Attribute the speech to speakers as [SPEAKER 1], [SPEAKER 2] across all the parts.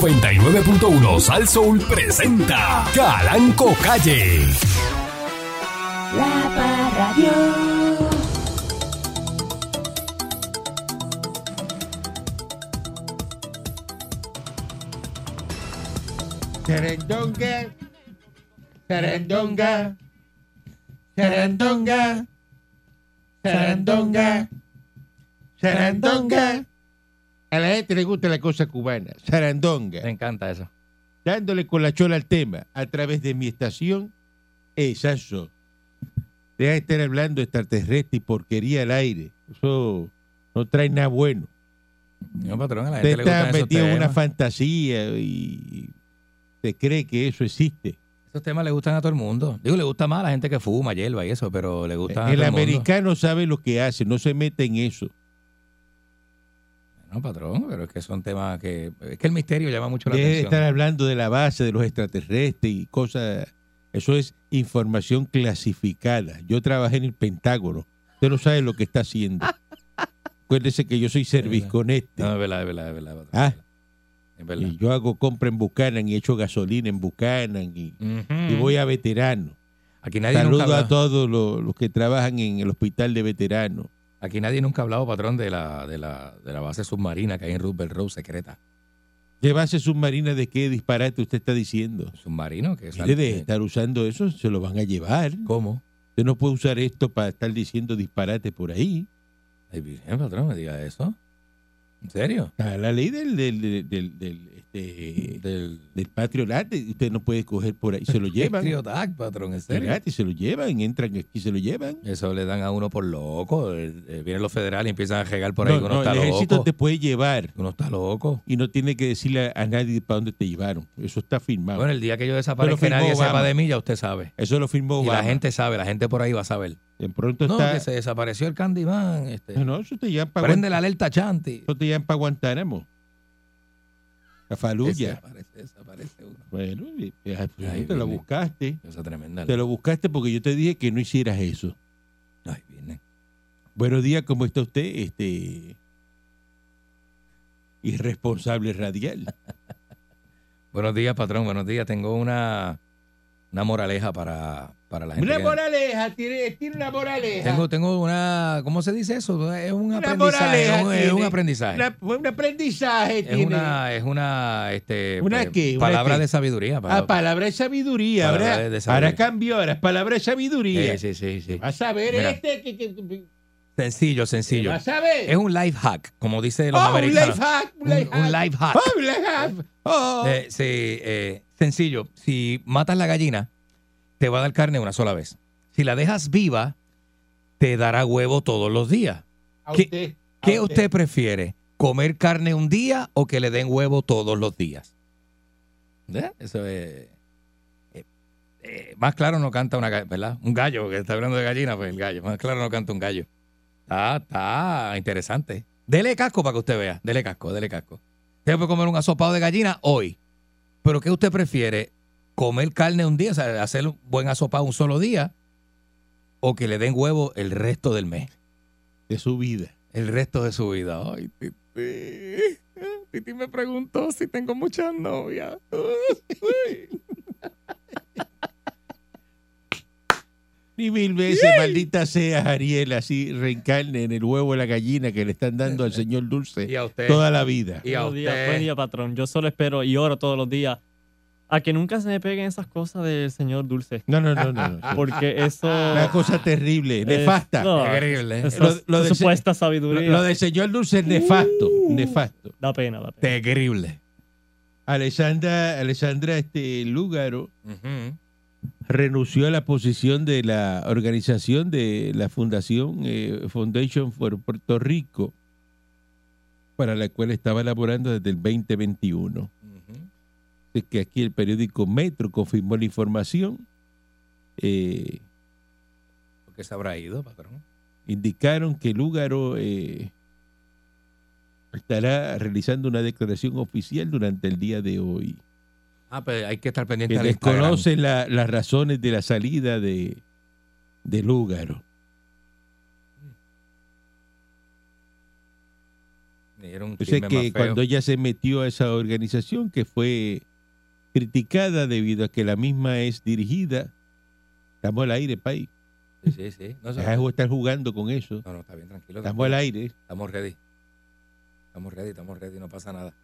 [SPEAKER 1] 99.1 Sal Soul presenta Calanco Calle.
[SPEAKER 2] La Parradio.
[SPEAKER 3] Serendonga, serendonga, serendonga, serendonga, serendonga. A la gente le gusta la cosa cubana,
[SPEAKER 4] Me
[SPEAKER 3] sarandonga.
[SPEAKER 4] encanta eso.
[SPEAKER 3] Dándole con la chola al tema a través de mi estación, Sansón. Deja de estar hablando de extraterrestre y porquería al aire. Eso no trae nada bueno.
[SPEAKER 4] No, patrón, a la
[SPEAKER 3] Te
[SPEAKER 4] gente le
[SPEAKER 3] está
[SPEAKER 4] gustan esos
[SPEAKER 3] metido en una
[SPEAKER 4] temas.
[SPEAKER 3] fantasía y te cree que eso existe.
[SPEAKER 4] Esos temas le gustan a todo el mundo. Digo, le gusta más a la gente que fuma, hierba y eso, pero le gusta a
[SPEAKER 3] el
[SPEAKER 4] todo el
[SPEAKER 3] americano sabe lo que hace, no se mete en eso.
[SPEAKER 4] mundo. No, patrón, pero es que son temas que... Es que el misterio llama mucho la
[SPEAKER 3] Deje de
[SPEAKER 4] atención.
[SPEAKER 3] estar hablando de la base de los extraterrestres y cosas. Eso es información clasificada. Yo trabajé en el Pentágono. Usted no sabe lo que está haciendo. Acuérdese que yo soy servizconecte.
[SPEAKER 4] No, es verdad, es verdad, es verdad, patrón.
[SPEAKER 3] Ah.
[SPEAKER 4] Es verdad.
[SPEAKER 3] Y yo hago compra en Buchanan y echo gasolina en Buchanan y,
[SPEAKER 4] Ujú.
[SPEAKER 3] y voy a veterano.
[SPEAKER 4] Aquí nadie Mm. nunca
[SPEAKER 3] Saludo
[SPEAKER 4] habla-
[SPEAKER 3] a todos los, los que trabajan en el hospital de veteranos.
[SPEAKER 4] Aquí nadie nunca ha hablado, patrón, de la, de la, de la base submarina que hay en Rupert Road, secreta.
[SPEAKER 3] ¿Qué base submarina de qué disparate usted está diciendo?
[SPEAKER 4] Submarino que
[SPEAKER 3] Mire,
[SPEAKER 4] sale...
[SPEAKER 3] de estar usando eso, se lo van a llevar.
[SPEAKER 4] ¿Cómo?
[SPEAKER 3] Usted no puede usar esto para estar diciendo disparate por ahí.
[SPEAKER 4] Ay, virgen, patrón, me diga eso. ¿En serio?
[SPEAKER 3] Está la ley del, del, del, del, del, este,
[SPEAKER 4] Del...
[SPEAKER 3] del Patriot Act. Usted no puede coger por ahí. Se lo llevan.
[SPEAKER 4] Patriot Act, patrón, ¿en serio?
[SPEAKER 3] Patriot Act, y se lo llevan. Entran aquí y se lo llevan.
[SPEAKER 4] Eso le dan a uno por loco. eh, eh, vienen los federales y empiezan a regar por ahí
[SPEAKER 3] No,
[SPEAKER 4] que uno
[SPEAKER 3] no,
[SPEAKER 4] está
[SPEAKER 3] el ejército
[SPEAKER 4] loco.
[SPEAKER 3] te puede llevar
[SPEAKER 4] que Uno está loco.
[SPEAKER 3] y no tiene que decirle a, a nadie para dónde te llevaron. Eso está firmado.
[SPEAKER 4] Bueno, el día que yo desaparezca y
[SPEAKER 3] firmó
[SPEAKER 4] nadie
[SPEAKER 3] Obama.
[SPEAKER 4] sepa de mí, ya usted sabe.
[SPEAKER 3] eso lo firmó
[SPEAKER 4] Y la
[SPEAKER 3] Obama.
[SPEAKER 4] gente sabe, la gente por ahí va a saber.
[SPEAKER 3] De pronto
[SPEAKER 4] no,
[SPEAKER 3] está...
[SPEAKER 4] que se desapareció el Candyman. Este,
[SPEAKER 3] No, no, eso te llevan para
[SPEAKER 4] prende la alerta Chanti.
[SPEAKER 3] Eso te llevan para Guantánamo. A Faluya.
[SPEAKER 4] Desaparece, desaparece uno.
[SPEAKER 3] Bueno, eh, eh, pues,
[SPEAKER 4] Ay,
[SPEAKER 3] te lo
[SPEAKER 4] viene.
[SPEAKER 3] buscaste.
[SPEAKER 4] Cosa tremenda.
[SPEAKER 3] Te lo buscaste porque yo te dije que no hicieras eso.
[SPEAKER 4] Ay, viene.
[SPEAKER 3] Buenos días, ¿cómo está usted? Este irresponsable radial.
[SPEAKER 4] Buenos días, patrón. Buenos días. Tengo una, una moraleja para, para la gente.
[SPEAKER 3] Una
[SPEAKER 4] que-
[SPEAKER 3] moraleja, tiene, tiene una moraleja.
[SPEAKER 4] Tengo, tengo una. ¿Cómo se dice eso? Es un
[SPEAKER 3] Una
[SPEAKER 4] aprendizaje.
[SPEAKER 3] moraleja
[SPEAKER 4] es un- Es un
[SPEAKER 3] tiene.
[SPEAKER 4] aprendizaje.
[SPEAKER 3] Una- un aprendizaje
[SPEAKER 4] Es
[SPEAKER 3] tiene.
[SPEAKER 4] una, es una, este,
[SPEAKER 3] ¿Una
[SPEAKER 4] pe-
[SPEAKER 3] qué? ¿Una
[SPEAKER 4] palabra
[SPEAKER 3] qué?
[SPEAKER 4] de sabiduría.
[SPEAKER 3] Ah, palabra de sabiduría.
[SPEAKER 4] Palabra
[SPEAKER 3] ahora,
[SPEAKER 4] de- de sabiduría.
[SPEAKER 3] ahora cambió, ahora es palabra de sabiduría.
[SPEAKER 4] Sí, sí, sí, sí.
[SPEAKER 3] Vas a ver
[SPEAKER 4] Mira.
[SPEAKER 3] este que, que- que-
[SPEAKER 4] Sencillo, sencillo.
[SPEAKER 3] vas a ver.
[SPEAKER 4] Es un life hack, como dicen los
[SPEAKER 3] Oh, un
[SPEAKER 4] americanos.
[SPEAKER 3] life hack, un
[SPEAKER 4] Un
[SPEAKER 3] life
[SPEAKER 4] un
[SPEAKER 3] hack.
[SPEAKER 4] life hack.
[SPEAKER 3] Oh, un life hack. Oh.
[SPEAKER 4] Eh, sí, eh, sencillo. Si matas la gallina, te va a dar carne una sola vez. Si la dejas viva, te dará huevo todos los días.
[SPEAKER 3] A
[SPEAKER 4] ¿qué-
[SPEAKER 3] usted, a
[SPEAKER 4] ¿Qué usted prefiere? ¿Comer carne un día o que le den huevo todos los días? ¿Ve? Eso es. eh, eh, más claro no canta una gallina, ¿verdad? Un gallo, que está hablando de gallina, pues el gallo. Más claro no canta un gallo. Está, está interesante. Dele casco para que usted vea. Dele casco, dele casco. Usted puede comer un asopado de gallina hoy. Pero ¿qué usted prefiere? ¿Comer carne un día, o sea, hacer un buen asopado un solo día? ¿O que le den huevo el resto del mes?
[SPEAKER 3] de su vida.
[SPEAKER 4] el resto de su vida. Ay, Titi. Titi me preguntó si tengo muchas novias.
[SPEAKER 3] Ni mil veces, maldita sea Ariel, así reencarne en el huevo de la gallina que le están dando al señor
[SPEAKER 4] Y
[SPEAKER 3] Dulce
[SPEAKER 4] a usted.
[SPEAKER 3] toda la vida.
[SPEAKER 4] Y a
[SPEAKER 5] Buenos días,
[SPEAKER 4] usted.
[SPEAKER 5] buen día, patrón. Yo solo espero y oro todos los días a que nunca se me peguen esas cosas del señor Dulce.
[SPEAKER 3] No, no, no, no. no.
[SPEAKER 4] Ah.
[SPEAKER 3] Eh,
[SPEAKER 5] Porque eso.
[SPEAKER 3] Una cosa terrible,
[SPEAKER 5] es-
[SPEAKER 3] nefasta.
[SPEAKER 5] no,
[SPEAKER 4] Increíble.
[SPEAKER 5] eso
[SPEAKER 3] Lo-
[SPEAKER 5] es
[SPEAKER 3] lo del se-
[SPEAKER 5] supuesta
[SPEAKER 3] Lo,
[SPEAKER 5] sabiduría.
[SPEAKER 3] lo del señor Dulce es nefasto, nefasto.
[SPEAKER 5] Da pena, da pena.
[SPEAKER 4] Terrible.
[SPEAKER 3] Alessandra, Alessandra este, Lúgaro
[SPEAKER 4] Ujú.
[SPEAKER 3] renunció a la posición de la organización de la Fundación eh, Foundation for Puerto Rico, para la cual estaba elaborando desde el 2021.
[SPEAKER 4] Ujú.
[SPEAKER 3] Así que aquí el periódico Metro confirmó la información. Eh,
[SPEAKER 4] ¿Por qué se habrá ido, patrón?
[SPEAKER 3] indicaron que Lúgaro eh, estará realizando una declaración oficial durante el día de hoy.
[SPEAKER 4] Ah, pero hay que estar pendiente
[SPEAKER 3] Que
[SPEAKER 4] al Instagram.
[SPEAKER 3] desconoce la- las razones de la salida de, de Lúgaro.
[SPEAKER 4] Era un
[SPEAKER 3] Entonces
[SPEAKER 4] chisme más
[SPEAKER 3] que
[SPEAKER 4] feo.
[SPEAKER 3] cuando ella se metió a esa organización que fue criticada debido a que la misma es dirigida, estamos al aire, país.
[SPEAKER 4] Sí, sí, sí. No, eso-
[SPEAKER 3] Deja de estar jugando con eso.
[SPEAKER 4] no, no, está bien, tranquilo.
[SPEAKER 3] Estamos al aire.
[SPEAKER 4] Estamos ready. Estamos ready, estamos ready, no pasa nada.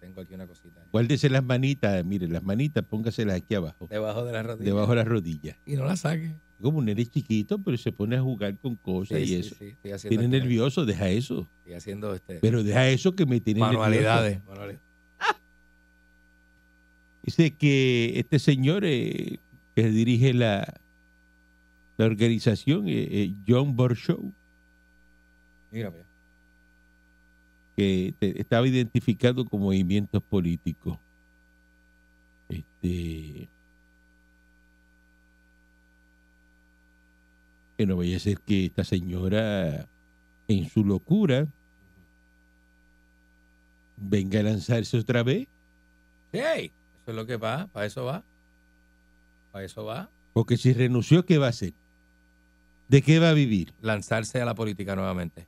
[SPEAKER 4] Tengo aquí una cosita.
[SPEAKER 3] Guárdese las manitas, eh, mire, las manitas, póngaselas aquí abajo,
[SPEAKER 4] Debajo de la rodilla.
[SPEAKER 3] debajo de las rodillas.
[SPEAKER 4] Y no la saque.
[SPEAKER 3] Como un eres chiquito, pero se pone a jugar con cosas y eso.
[SPEAKER 4] estoy haciendo,
[SPEAKER 3] Tiene
[SPEAKER 4] este-
[SPEAKER 3] nervioso, deja eso.
[SPEAKER 4] Estoy haciendo este,
[SPEAKER 3] Pero deja eso que me tiene nervioso.
[SPEAKER 4] manualidades. manualidades.
[SPEAKER 3] Dice que este señor eh, que dirige la, la organización, eh, eh, John Borshow,
[SPEAKER 4] Mira, mira.
[SPEAKER 3] que te- estaba identificado con movimientos políticos. Este. Que no vaya a ser que esta señora, en su locura, venga a lanzarse otra vez,
[SPEAKER 4] ¡Ey! Eso es lo que va, para eso va. Para eso va.
[SPEAKER 3] porque si renunció, ¿qué va a hacer? ¿De qué va a vivir?
[SPEAKER 4] Lanzarse a la política nuevamente.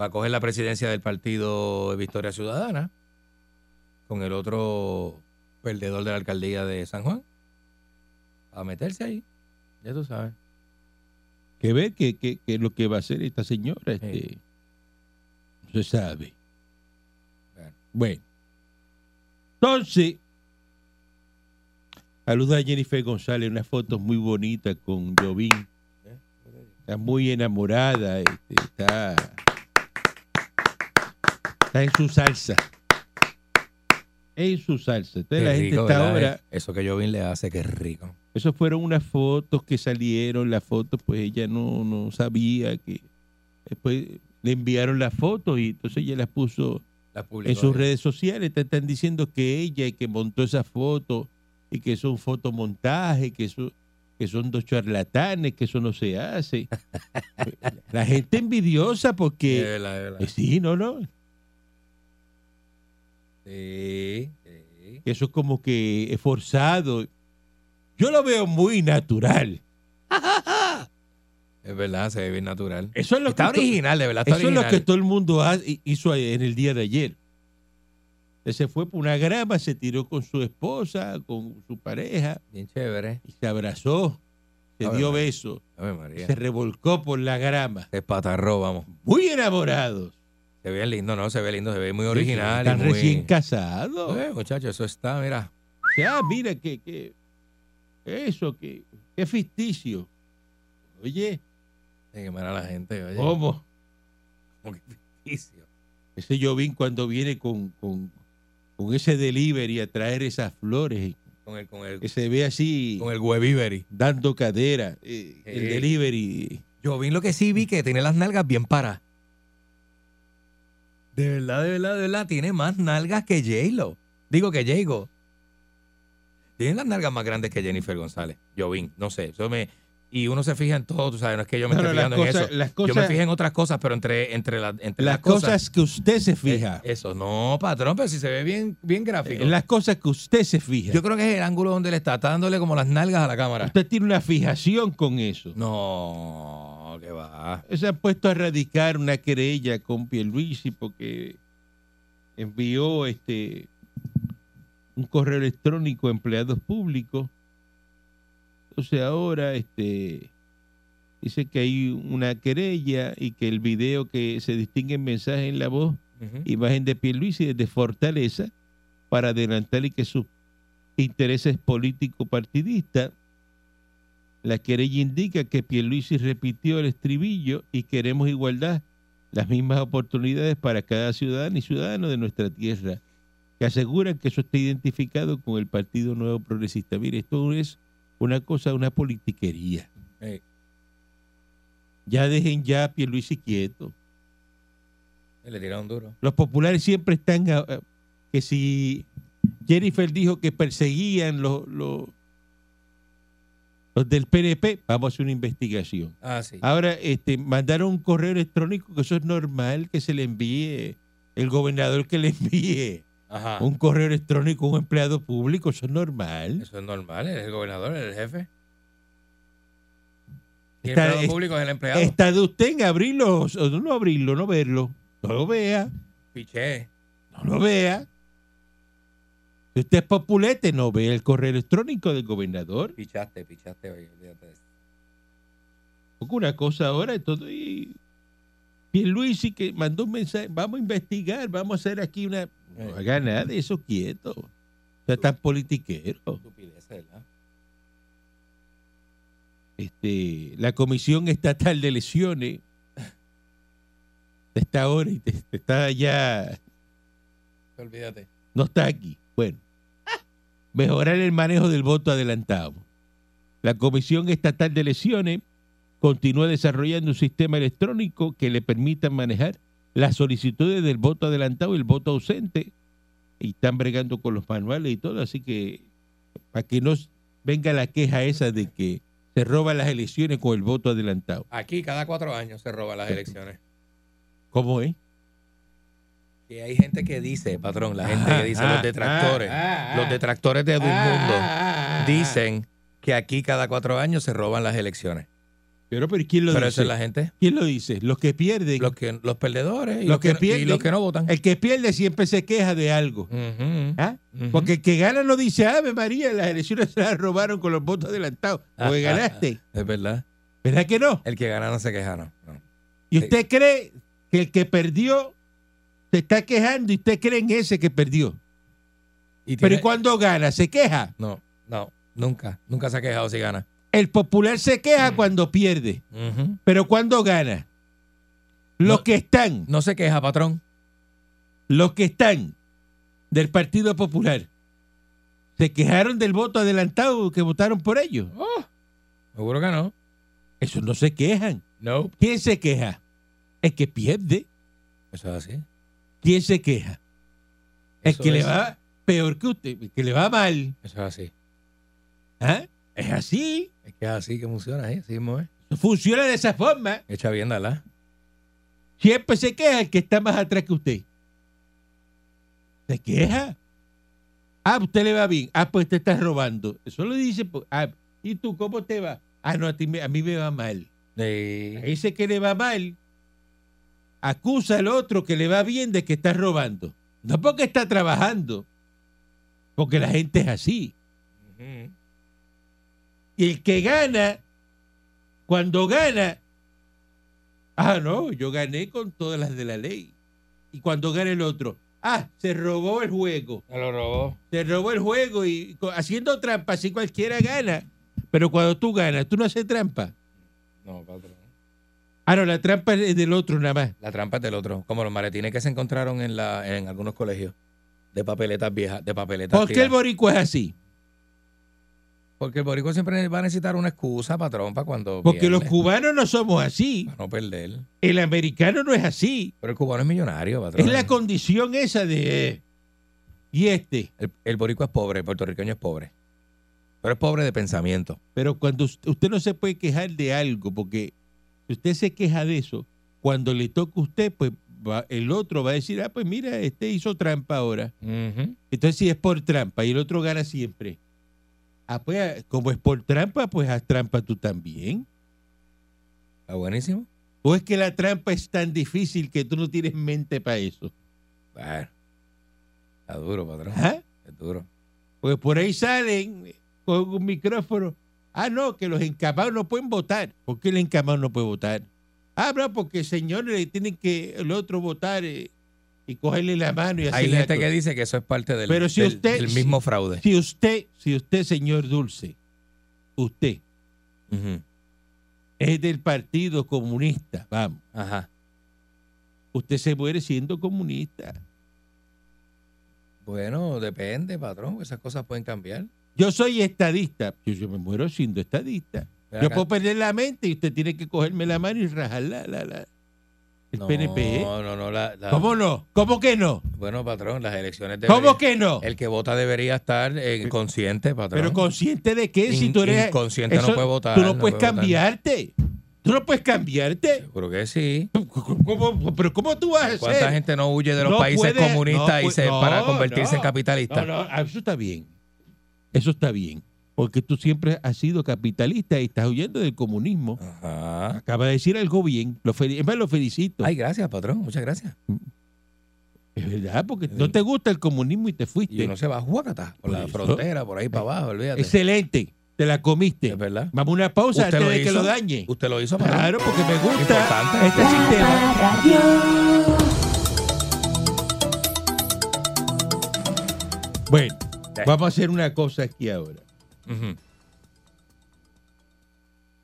[SPEAKER 4] Va a coger la presidencia del partido de Victoria Ciudadana con el otro perdedor de la alcaldía de San Juan. A meterse ahí. Ya tú sabes.
[SPEAKER 3] que ver qué que, que lo que va a hacer esta señora. Este, no se sabe.
[SPEAKER 4] Bueno.
[SPEAKER 3] Bueno. Entonces, saluda a Jennifer González, unas fotos muy bonitas con Jovín. Está muy enamorada, este, está, está en su salsa. En su salsa. Entonces
[SPEAKER 4] Qué
[SPEAKER 3] la gente
[SPEAKER 4] rico,
[SPEAKER 3] está
[SPEAKER 4] ¿verdad?
[SPEAKER 3] ahora.
[SPEAKER 4] Eso que Jovín le hace, qué rico.
[SPEAKER 3] Esas fueron unas fotos que salieron, las fotos, pues ella no, no sabía que... Después le enviaron las fotos y entonces ella las puso
[SPEAKER 4] La
[SPEAKER 3] en sus redes sociales. Te están diciendo que ella y que montó esas fotos y que son fotomontajes, que son, que son dos charlatanes, que eso no se hace. La gente envidiosa
[SPEAKER 4] Sí,
[SPEAKER 3] porque...
[SPEAKER 4] verdad, verdad.
[SPEAKER 3] eh, Sí, no, no.
[SPEAKER 4] Sí, sí.
[SPEAKER 3] Eso es como que es forzado. Yo lo veo muy natural.
[SPEAKER 4] Es verdad, se ve bien natural.
[SPEAKER 3] Eso es lo
[SPEAKER 4] Está
[SPEAKER 3] que...
[SPEAKER 4] original, de verdad. Está
[SPEAKER 3] Eso es lo
[SPEAKER 4] original.
[SPEAKER 3] que todo el mundo ha- hizo a- en el día de ayer. Se fue por una grama, se tiró con su esposa, con su pareja,
[SPEAKER 4] Bien chévere.
[SPEAKER 3] y se abrazó, se
[SPEAKER 4] Ave
[SPEAKER 3] dio
[SPEAKER 4] María.
[SPEAKER 3] besos,
[SPEAKER 4] Ave María.
[SPEAKER 3] se revolcó por la grama.
[SPEAKER 4] Se espatarró, vamos.
[SPEAKER 3] Muy enamorados.
[SPEAKER 4] Se ve lindo, ¿no? Se ve lindo, se ve muy original.
[SPEAKER 3] Están
[SPEAKER 4] y muy-
[SPEAKER 3] recién casados.
[SPEAKER 4] Eh, muchachos, eso está, mira.
[SPEAKER 3] O sea, mira que, que- eso, que, que ficticio. Oye,
[SPEAKER 4] Eh. Hay que mirar a la gente, oye.
[SPEAKER 3] ¿cómo?
[SPEAKER 4] Como que ficticio.
[SPEAKER 3] Ese Jovín cuando viene con, con, con ese delivery a traer esas flores,
[SPEAKER 4] Con el, con el,
[SPEAKER 3] que se ve así.
[SPEAKER 4] con el Webiveri.
[SPEAKER 3] dando cadera, eh, el
[SPEAKER 4] Eh.
[SPEAKER 3] delivery.
[SPEAKER 4] Yo vi lo que sí vi que tiene las nalgas bien paradas. De verdad, de verdad, de verdad, tiene más nalgas que J-Lo. Digo que Jago. Tiene las nalgas más grandes que Jennifer González. Jovín, no sé. Eso me, y uno se fija en todo, tú sabes, no es que yo me
[SPEAKER 3] No, no,
[SPEAKER 4] esté
[SPEAKER 3] las
[SPEAKER 4] fijando en
[SPEAKER 3] cosas,
[SPEAKER 4] eso.
[SPEAKER 3] las
[SPEAKER 4] yo me
[SPEAKER 3] cosas,
[SPEAKER 4] fijé en otras cosas, pero entre, entre, la- entre
[SPEAKER 3] las cosas que usted se fija,
[SPEAKER 4] Eh, Eso, no, patrón, pero si se ve bien, bien gráfico.
[SPEAKER 3] eh, las cosas que usted se fija.
[SPEAKER 4] Yo creo que es el ángulo donde le está, está dándole como las nalgas a la cámara.
[SPEAKER 3] usted tiene una fijación con eso.
[SPEAKER 4] No, que va.
[SPEAKER 3] Se ha puesto a erradicar una querella con Pierluisi porque envió este un correo electrónico a empleados públicos. Entonces ahora este dice que hay una querella y que el video que se distingue en mensaje en la voz imagen de Pierluisi desde Fortaleza para adelantar y que sus intereses político-partidistas. La querella indica que Pierluisi repitió el estribillo y queremos igualdad, las mismas oportunidades para cada ciudadano y ciudadano de nuestra tierra, que aseguran que eso está identificado con el Partido Nuevo Progresista. Mire, esto es una cosa, una politiquería.
[SPEAKER 4] Ey.
[SPEAKER 3] Ya dejen ya a Pierluisi quieto
[SPEAKER 4] Le tiraron duro.
[SPEAKER 3] los populares siempre están ah, ah, que si Jennifer dijo que perseguían los, los los del PNP, vamos a hacer una investigación.
[SPEAKER 4] Ah, sí.
[SPEAKER 3] Ahora este mandaron un correo electrónico que eso es normal que se le envíe el gobernador que le envíe
[SPEAKER 4] Ajá.
[SPEAKER 3] un correo electrónico a un empleado público, eso es normal.
[SPEAKER 4] Eso es normal, él es el gobernador, él es el jefe. Y el
[SPEAKER 3] Está-
[SPEAKER 4] empleado
[SPEAKER 3] es-
[SPEAKER 4] público es el empleado.
[SPEAKER 3] Está de usted en abrirlo o no abrirlo, no verlo, no lo vea.
[SPEAKER 4] Piché.
[SPEAKER 3] No lo vea. Si usted es populete, no ve el correo electrónico del gobernador.
[SPEAKER 4] Pichaste, pichaste. oye, olvídate de eso.
[SPEAKER 3] Porque una cosa ahora, todo y. Pierluisi que mandó un mensaje, vamos a investigar, vamos a hacer aquí una... No
[SPEAKER 4] Eh.
[SPEAKER 3] haga nada de eso quieto. O sea, tan politiquero.
[SPEAKER 4] Estupidez, ¿verdad?
[SPEAKER 3] este, la Comisión Estatal de Lesiones está ahora y te- te está ya,
[SPEAKER 4] Olvídate.
[SPEAKER 3] no está aquí. Bueno, mejorar el manejo del voto adelantado. La Comisión Estatal de Lesiones continúa desarrollando un sistema electrónico que le permita manejar las solicitudes del voto adelantado y el voto ausente. Y están bregando con los manuales y todo, así que para que no s- venga la queja esa de que se roban las elecciones con el voto adelantado.
[SPEAKER 4] Aquí cada cuatro años se roban las elecciones.
[SPEAKER 3] ¿Cómo es?
[SPEAKER 4] Y hay gente que dice, patrón, la gente que dice,
[SPEAKER 3] Ah,
[SPEAKER 4] los detractores, los detractores de Edmundo,
[SPEAKER 3] ah,
[SPEAKER 4] dicen que aquí cada cuatro años se roban las elecciones.
[SPEAKER 3] Pero, pero ¿quién lo
[SPEAKER 4] Pero
[SPEAKER 3] dice?
[SPEAKER 4] esa es la gente.
[SPEAKER 3] ¿Quién lo dice? Los que pierden.
[SPEAKER 4] Los, que, los perdedores
[SPEAKER 3] Los
[SPEAKER 4] y los,
[SPEAKER 3] que
[SPEAKER 4] que, y
[SPEAKER 3] pierden.
[SPEAKER 4] los que no votan.
[SPEAKER 3] El que pierde siempre se queja de algo.
[SPEAKER 4] Ujú.
[SPEAKER 3] ¿ah?
[SPEAKER 4] Ujú.
[SPEAKER 3] Porque el que gana no dice, Ave María, las elecciones se las robaron con los votos adelantados. Porque
[SPEAKER 4] Ah, ah,
[SPEAKER 3] ganaste.
[SPEAKER 4] Es verdad.
[SPEAKER 3] ¿Verdad que no?
[SPEAKER 4] El que gana no se queja, no. no.
[SPEAKER 3] Y usted cree que el que perdió se está quejando y usted cree en ese que perdió.
[SPEAKER 4] Y
[SPEAKER 3] Pero
[SPEAKER 4] tiene-
[SPEAKER 3] ¿y cuando gana? Se queja.
[SPEAKER 4] No, no, nunca. Nunca se ha quejado si gana.
[SPEAKER 3] El popular se
[SPEAKER 4] Mm.
[SPEAKER 3] queja cuando pierde. Pero cuando gana? Los
[SPEAKER 4] No.
[SPEAKER 3] que están,
[SPEAKER 4] No se queja, patrón.
[SPEAKER 3] los que están del Partido Popular, se quejaron del voto adelantado que votaron por ellos.
[SPEAKER 4] Oh. Seguro que no.
[SPEAKER 3] Esos no se quejan.
[SPEAKER 4] No.
[SPEAKER 3] ¿Quién se queja? El que pierde.
[SPEAKER 4] Eso es así.
[SPEAKER 3] ¿Quién se queja? El
[SPEAKER 4] Eso
[SPEAKER 3] que le
[SPEAKER 4] es.
[SPEAKER 3] va peor que usted, el que le va mal.
[SPEAKER 4] Eso es así.
[SPEAKER 3] ¿Ah? Es así.
[SPEAKER 4] Es que es así que funciona, ¿eh? Así mismo es.
[SPEAKER 3] Funciona de esa forma.
[SPEAKER 4] Echa bien, dala.
[SPEAKER 3] Siempre se queja el que está más atrás que usted. ¿Se queja? Ah, usted le va bien. Ah, pues te estás robando. Eso lo dice. pues, Ah, ¿y tú cómo te va? Ah, no, a, ti me- a mí me va mal.
[SPEAKER 4] De...
[SPEAKER 3] Ese que le va mal acusa al otro que le va bien de que está robando. No porque está trabajando, porque la gente es así. Y el que gana, cuando gana, ah, no, yo gané con todas las de la ley. Y cuando gana el otro, ah, se robó el juego.
[SPEAKER 4] Me lo robó.
[SPEAKER 3] Se robó el juego y co- haciendo trampa, así cualquiera gana. Pero cuando tú ganas, tú no haces trampa.
[SPEAKER 4] No, patrón.
[SPEAKER 3] Ah, no, la trampa es del otro nada más.
[SPEAKER 4] La trampa es del otro. Como los maletines que se encontraron en, la, en algunos colegios. De papeletas viejas, de papeletas
[SPEAKER 3] ¿Por qué el
[SPEAKER 4] tiradas.
[SPEAKER 3] boricua es así?
[SPEAKER 4] Porque el boricua siempre va a necesitar una excusa, patrón, para cuando
[SPEAKER 3] Porque
[SPEAKER 4] pierde,
[SPEAKER 3] los cubanos no somos así.
[SPEAKER 4] Para no perder.
[SPEAKER 3] El americano no es así.
[SPEAKER 4] Pero el cubano es millonario, patrón.
[SPEAKER 3] Es la condición esa de... eh, y este.
[SPEAKER 4] El, el boricua es pobre, el puertorriqueño es pobre. Pero es pobre de pensamiento.
[SPEAKER 3] Pero cuando us- usted no se puede quejar de algo, porque si usted se queja de eso, cuando le toca a usted, pues va- el otro va a decir, ah, pues mira, este hizo trampa ahora. Entonces si es por trampa y el otro gana siempre. Ah, pues ah, como es por trampa, pues haz trampa tú también.
[SPEAKER 4] Está buenísimo.
[SPEAKER 3] ¿O es que la trampa es tan difícil que tú no tienes mente para eso?
[SPEAKER 4] Bueno. Está duro, patrón.
[SPEAKER 3] ¿Ah?
[SPEAKER 4] Es duro.
[SPEAKER 3] Porque Pues por ahí salen eh, con un micrófono. Ah, no, que los encamados no pueden votar. ¿Por qué el encamado no puede votar? Ah, no, porque señores le tienen que el otro votar eh, y cogerle la mano y
[SPEAKER 4] Hay
[SPEAKER 3] hacerle
[SPEAKER 4] gente
[SPEAKER 3] la
[SPEAKER 4] que
[SPEAKER 3] cosa.
[SPEAKER 4] dice que eso es parte del,
[SPEAKER 3] Pero si
[SPEAKER 4] del-
[SPEAKER 3] usted-
[SPEAKER 4] del mismo fraude.
[SPEAKER 3] Si usted, si usted, señor Dulce, usted
[SPEAKER 4] Ujú.
[SPEAKER 3] es del Partido Comunista, vamos,
[SPEAKER 4] Ajá.
[SPEAKER 3] usted se muere siendo comunista.
[SPEAKER 4] Bueno, depende, patrón. Esas cosas pueden cambiar.
[SPEAKER 3] Yo soy estadista, yo, yo me muero siendo estadista.
[SPEAKER 4] Ven
[SPEAKER 3] Yo
[SPEAKER 4] acá.
[SPEAKER 3] puedo perder la mente y usted tiene que cogerme la mano y rajarla, la, la, el
[SPEAKER 4] no,
[SPEAKER 3] PNP. ¿eh?
[SPEAKER 4] No, no, la- la-
[SPEAKER 3] ¿Cómo no? ¿Cómo que no?
[SPEAKER 4] Bueno, patrón, las elecciones de
[SPEAKER 3] ¿Cómo que no?
[SPEAKER 4] El que vota debería estar eh, consciente, patrón.
[SPEAKER 3] Pero consciente de qué si
[SPEAKER 4] In-
[SPEAKER 3] tú eres
[SPEAKER 4] inconsciente no puede votar,
[SPEAKER 3] Tú no,
[SPEAKER 4] no
[SPEAKER 3] puedes
[SPEAKER 4] puede votar.
[SPEAKER 3] cambiarte. Tú no puedes cambiarte.
[SPEAKER 4] Seguro que sí.
[SPEAKER 3] ¿Cómo- pero cómo tú vas a
[SPEAKER 4] ¿Cuánta
[SPEAKER 3] hacer?
[SPEAKER 4] gente no huye de los
[SPEAKER 3] No
[SPEAKER 4] países
[SPEAKER 3] puede-
[SPEAKER 4] comunistas
[SPEAKER 3] no
[SPEAKER 4] y se-
[SPEAKER 3] pu-
[SPEAKER 4] para
[SPEAKER 3] no,
[SPEAKER 4] convertirse
[SPEAKER 3] no.
[SPEAKER 4] en capitalistas?
[SPEAKER 3] No, no, ah, eso está bien. Eso está bien. Porque tú siempre has sido capitalista y estás huyendo del comunismo.
[SPEAKER 4] Ajá.
[SPEAKER 3] Acaba de decir algo bien. Lo fel- es más, lo felicito.
[SPEAKER 4] Ay, gracias, patrón. Muchas gracias.
[SPEAKER 3] Es verdad, porque no te gusta el comunismo y te fuiste.
[SPEAKER 4] Y uno se va a Huacata,
[SPEAKER 3] Por
[SPEAKER 4] por la
[SPEAKER 3] eso.
[SPEAKER 4] frontera, por ahí para abajo, olvídate.
[SPEAKER 3] Excelente, te la comiste.
[SPEAKER 4] Es verdad.
[SPEAKER 3] Vamos a una pausa antes de que
[SPEAKER 4] hizo?
[SPEAKER 3] lo dañe.
[SPEAKER 4] Usted lo hizo, Manuel.
[SPEAKER 3] Claro, porque me gusta
[SPEAKER 4] Importante.
[SPEAKER 3] este sistema.
[SPEAKER 2] Radio.
[SPEAKER 3] Bueno, vamos a hacer una cosa aquí ahora.
[SPEAKER 4] Ujú,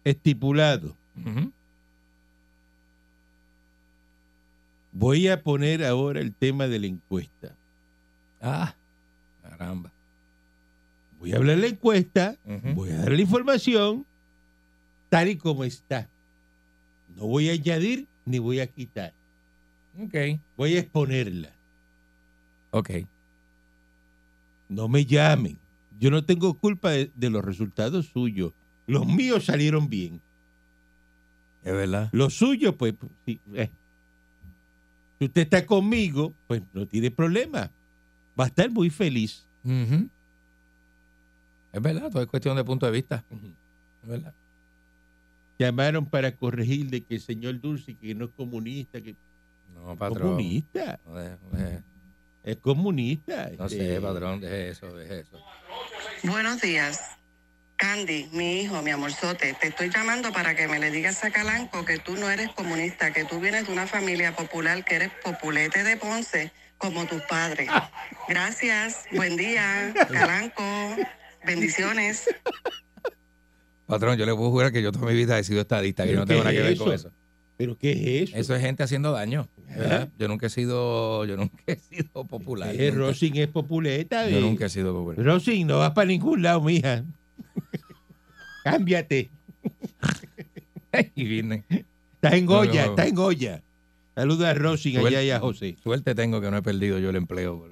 [SPEAKER 3] Estipulado.
[SPEAKER 4] ujú.
[SPEAKER 3] Voy a poner ahora el tema de la encuesta.
[SPEAKER 4] Ah, caramba.
[SPEAKER 3] Voy a hablar de la encuesta,
[SPEAKER 4] Ujú.
[SPEAKER 3] voy a dar la información tal y como está. No voy a añadir ni voy a quitar.
[SPEAKER 4] Ok,
[SPEAKER 3] Voy a exponerla.
[SPEAKER 4] ok.
[SPEAKER 3] No me llamen. Yo no tengo culpa de, de los resultados suyos. Los míos salieron bien.
[SPEAKER 4] Es verdad.
[SPEAKER 3] Los suyos, pues, pues, sí, eh. Si usted está conmigo, pues no tiene problema. Va a estar muy feliz.
[SPEAKER 4] Ujú. Es verdad, todo es cuestión de punto de vista. Es verdad.
[SPEAKER 3] Llamaron para corregir de que el señor Dulce, que no es comunista, que
[SPEAKER 4] No, patrón.
[SPEAKER 3] comunista,
[SPEAKER 4] No, deje- deje-
[SPEAKER 3] es comunista.
[SPEAKER 4] no
[SPEAKER 3] este,
[SPEAKER 4] sé, patrón, deje eso, deje eso.
[SPEAKER 6] Buenos días. Candy, mi hijo, mi amorzote, te estoy llamando para que me le digas a Calanco que tú no eres comunista, que tú vienes de una familia popular, que eres populete de Ponce, como tus padres. Gracias, buen día, Calanco, bendiciones.
[SPEAKER 4] Patrón, yo le puedo jurar que yo toda mi vida he sido estadista, que yo no tengo nada que ver con eso.
[SPEAKER 3] ¿Pero qué es eso?
[SPEAKER 4] Eso es gente haciendo daño. ¿verdad? Yo nunca he sido, yo nunca he sido popular.
[SPEAKER 3] Eh,
[SPEAKER 4] Nunca.
[SPEAKER 3] Rosin es populeta.
[SPEAKER 4] Yo
[SPEAKER 3] eh.
[SPEAKER 4] nunca he sido popular.
[SPEAKER 3] Rosin, no vas para ningún lado, mija. Cámbiate.
[SPEAKER 4] y vine.
[SPEAKER 3] Estás en
[SPEAKER 4] No, no,
[SPEAKER 3] Goya,
[SPEAKER 4] no.
[SPEAKER 3] estás en Goya. Saluda a Rosin
[SPEAKER 4] Suel-
[SPEAKER 3] allá y a José.
[SPEAKER 4] Suerte tengo que no he perdido yo el empleo.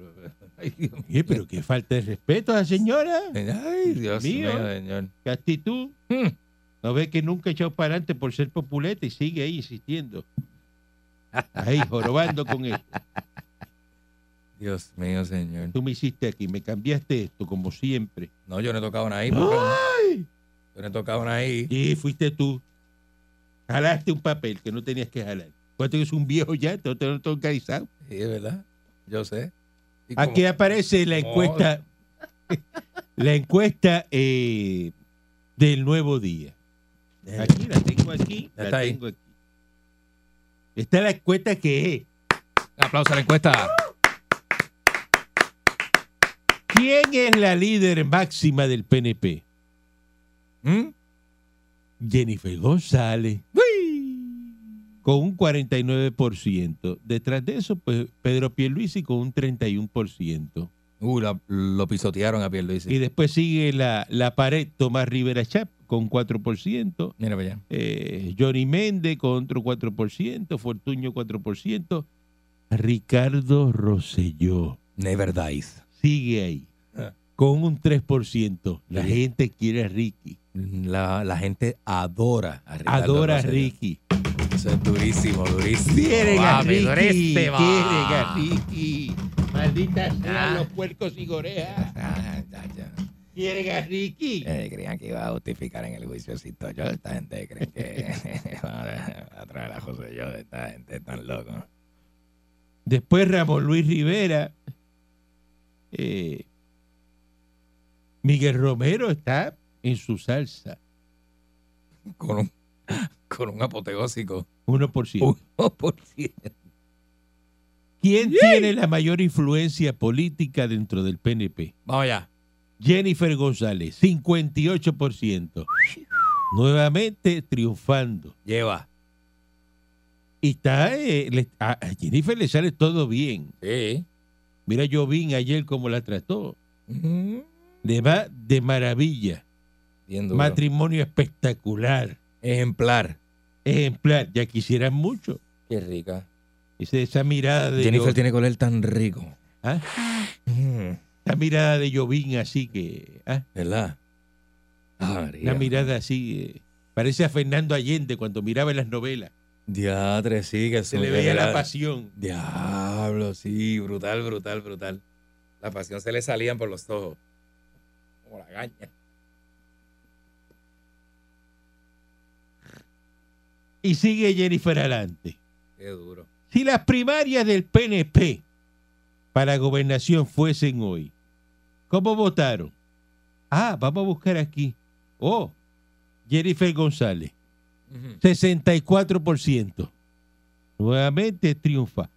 [SPEAKER 4] Ay, Dios mío.
[SPEAKER 3] Oye, pero qué falta de respeto a la señora.
[SPEAKER 4] Ay, Dios
[SPEAKER 3] Mío.
[SPEAKER 4] mío, señor.
[SPEAKER 3] Qué actitud.
[SPEAKER 4] Hmm.
[SPEAKER 3] No ve que nunca ha echado para adelante por ser populeta y sigue ahí insistiendo. Ahí jorobando con él.
[SPEAKER 4] Dios mío, señor.
[SPEAKER 3] Tú me hiciste aquí, me cambiaste esto, como siempre.
[SPEAKER 4] No, yo no he tocado nada ahí, patrón. Yo no he tocado nada ahí.
[SPEAKER 3] Sí, fuiste tú. Jalaste un papel que no tenías que jalar. Cuánto que es un viejo ya, te lo tengo organizado.
[SPEAKER 4] Sí, es verdad. Yo sé. Y como-
[SPEAKER 3] Aquí aparece la
[SPEAKER 4] como-
[SPEAKER 3] encuesta, la encuesta eh, del nuevo día. Aquí la tengo aquí,
[SPEAKER 4] Eh.
[SPEAKER 3] la
[SPEAKER 4] Ya está ahí.
[SPEAKER 3] tengo aquí. Está la encuesta que es.
[SPEAKER 4] Un aplauso a la encuesta.
[SPEAKER 3] ¿Quién es la líder máxima del PNP?
[SPEAKER 4] ¿Mm?
[SPEAKER 3] Jennifer González. Con un 49%. Detrás de eso, pues Pedro Pierluisi con un 31%.
[SPEAKER 4] Uh, la- lo pisotearon a Pierluisi.
[SPEAKER 3] Y después sigue la, la pared Tomás Rivera Chap con 4%.
[SPEAKER 4] Mira para allá.
[SPEAKER 3] eh, Johnny Méndez con otro 4%. Fortuño 4%. Ricardo Rosselló
[SPEAKER 4] Never dies.
[SPEAKER 3] sigue ahí
[SPEAKER 4] Ah.
[SPEAKER 3] con un 3%. La
[SPEAKER 4] Bien.
[SPEAKER 3] gente quiere a Ricky.
[SPEAKER 4] La, la gente adora a Ricardo
[SPEAKER 3] Adora a
[SPEAKER 4] Rosselló.
[SPEAKER 3] Ricky.
[SPEAKER 4] Eso es durísimo, durísimo.
[SPEAKER 3] Quieren a
[SPEAKER 4] Papi,
[SPEAKER 3] Ricky.
[SPEAKER 4] durísimo.
[SPEAKER 3] Quieren a Ricky. Malditas sean
[SPEAKER 4] Ah.
[SPEAKER 3] los puercos y gorejas.
[SPEAKER 4] Ah, ya, ya.
[SPEAKER 3] Quieren a Ricky.
[SPEAKER 4] Eh, creían que iba a justificar en el juiciocito yo. Esta gente cree que van a traer a José yo. Esta gente tan loco.
[SPEAKER 3] Después Ramón Luis Rivera. eh, Miguel Romero está en su salsa.
[SPEAKER 4] Con un, con un apoteósico.
[SPEAKER 3] 1%.
[SPEAKER 4] 1%.
[SPEAKER 3] ¿Quién tiene la mayor influencia política dentro del PNP?
[SPEAKER 4] Vamos allá.
[SPEAKER 3] Jennifer González, 58%. Nuevamente triunfando.
[SPEAKER 4] Lleva.
[SPEAKER 3] Y está, eh, le- a a Jennifer le sale todo bien.
[SPEAKER 4] Sí.
[SPEAKER 3] Mira Jovín ayer cómo la trató. De, va- de maravilla.
[SPEAKER 4] Bien duro.
[SPEAKER 3] Matrimonio espectacular.
[SPEAKER 4] Ejemplar.
[SPEAKER 3] Ejemplar. Ya quisieran mucho.
[SPEAKER 4] Qué rica.
[SPEAKER 3] Ese- esa mirada de
[SPEAKER 4] Jennifer
[SPEAKER 3] Jo-
[SPEAKER 4] tiene que oler tan rico.
[SPEAKER 3] ¿Ah?
[SPEAKER 4] Mm,
[SPEAKER 3] esa mirada de Jovín así que... ¿ah?
[SPEAKER 4] ¿Verdad? Ah, María.
[SPEAKER 3] Una mirada así... eh, parece a Fernando Allende cuando miraba en las novelas.
[SPEAKER 4] Diatre, sí, que
[SPEAKER 3] Se
[SPEAKER 4] su-
[SPEAKER 3] le veía la
[SPEAKER 4] era-
[SPEAKER 3] pasión.
[SPEAKER 4] Diablo, sí, brutal, brutal, brutal. La pasión se le salían por los ojos. Como la gaña.
[SPEAKER 3] Y sigue Jennifer adelante.
[SPEAKER 4] Qué duro.
[SPEAKER 3] Si las primarias del PNP para gobernación fuesen hoy, ¿cómo votaron? Ah, vamos a buscar aquí. Oh, Jennifer González, 64%. Nuevamente triunfa.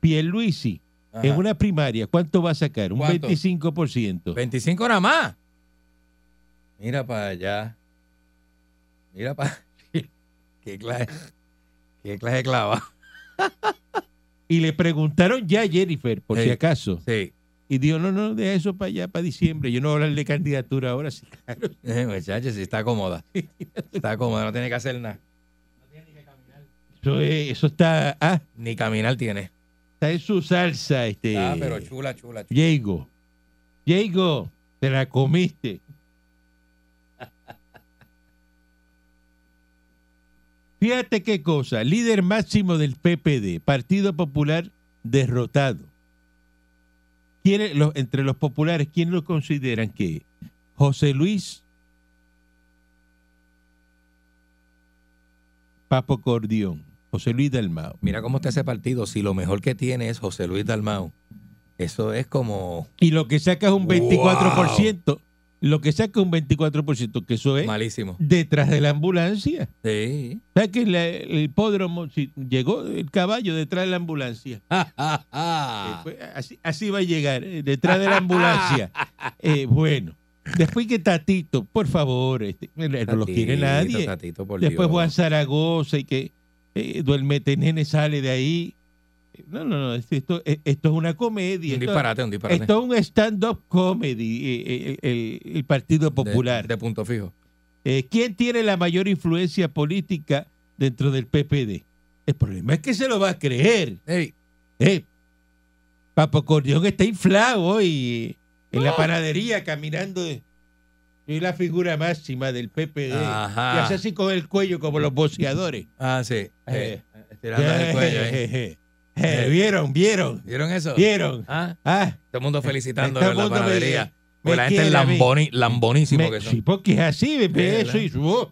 [SPEAKER 3] Pierluisi,
[SPEAKER 4] Ajá.
[SPEAKER 3] en una primaria, ¿cuánto va a sacar? Un
[SPEAKER 4] ¿Cuánto?
[SPEAKER 3] 25%.
[SPEAKER 4] 25 nada más. Mira para allá. Mira para. qué clase. Qué clase de clava.
[SPEAKER 3] Y le preguntaron ya a Jennifer, por
[SPEAKER 4] Sí.
[SPEAKER 3] si acaso.
[SPEAKER 4] Sí.
[SPEAKER 3] Y dijo, no, no, deja eso para allá, para diciembre. Yo no voy a hablar de candidatura ahora, sí.
[SPEAKER 4] Eh, Muchacho, sí, está cómoda. Está cómoda, no tiene que hacer nada.
[SPEAKER 3] Eso, es- eso está, ah,
[SPEAKER 4] Ni caminar tiene.
[SPEAKER 3] está en su salsa, este.
[SPEAKER 4] Ah, pero chula, chula, chula.
[SPEAKER 3] Diego. Diego, te la comiste. Fíjate qué cosa, líder máximo del PPD, Partido Popular derrotado. ¿Quiénes- los- entre los populares, ¿quién lo consideran que es? José Luis Papo Cordión, José Luis Dalmao.
[SPEAKER 4] Mira cómo está ese partido. Si lo mejor que tiene es José Luis Dalmau, eso es como
[SPEAKER 3] Y lo que saca es un 24%. Lo que saca es un 24%, que eso es
[SPEAKER 4] malísimo.
[SPEAKER 3] detrás de la ambulancia.
[SPEAKER 4] Sí.
[SPEAKER 3] ¿Sabes que la- el hipódromo, si llegó el caballo detrás de la ambulancia? Eh, fue- así, así va a llegar, eh, detrás de la ambulancia. Eh, bueno, después que Tatito, por favor, este, no lo quiere nadie. Después Juan Zaragoza y que eh, Duermete Nene sale de ahí. Eh, No, no, no, esto, esto- eh, esto es una comedia.
[SPEAKER 4] Un
[SPEAKER 3] esto-
[SPEAKER 4] disparate, un disparate.
[SPEAKER 3] esto es un stand-up comedy, eh, eh, el, el- el Partido
[SPEAKER 4] De-
[SPEAKER 3] Popular.
[SPEAKER 4] de punto fijo.
[SPEAKER 3] Eh, ¿Quién tiene la mayor influencia política dentro del PPD? El problema es que se lo va a creer.
[SPEAKER 4] Ey,
[SPEAKER 3] Eh, Papo Cordión está inflado hoy eh, en la panadería caminando. de- Es la figura máxima del PPD.
[SPEAKER 4] Ajá.
[SPEAKER 3] Y hace así con el cuello como los boceadores.
[SPEAKER 4] Ah, sí.
[SPEAKER 3] Eh,
[SPEAKER 4] Eh, estirando el cuello, eh. Eh.
[SPEAKER 3] vieron, vieron,
[SPEAKER 4] ¿Vieron eso?
[SPEAKER 3] vieron.
[SPEAKER 4] Ah,
[SPEAKER 3] Ah,
[SPEAKER 4] todo el mundo felicitando
[SPEAKER 3] Todo el
[SPEAKER 4] en la
[SPEAKER 3] mundo me-
[SPEAKER 4] panadería.
[SPEAKER 3] me
[SPEAKER 4] Porque la gente es
[SPEAKER 3] quiere a mí.
[SPEAKER 4] lamboni- lambonísimo
[SPEAKER 3] Me-
[SPEAKER 4] que
[SPEAKER 3] sí,
[SPEAKER 4] son.
[SPEAKER 3] porque es así, ve, ve
[SPEAKER 4] ¿Verdad?
[SPEAKER 3] eso y su voz.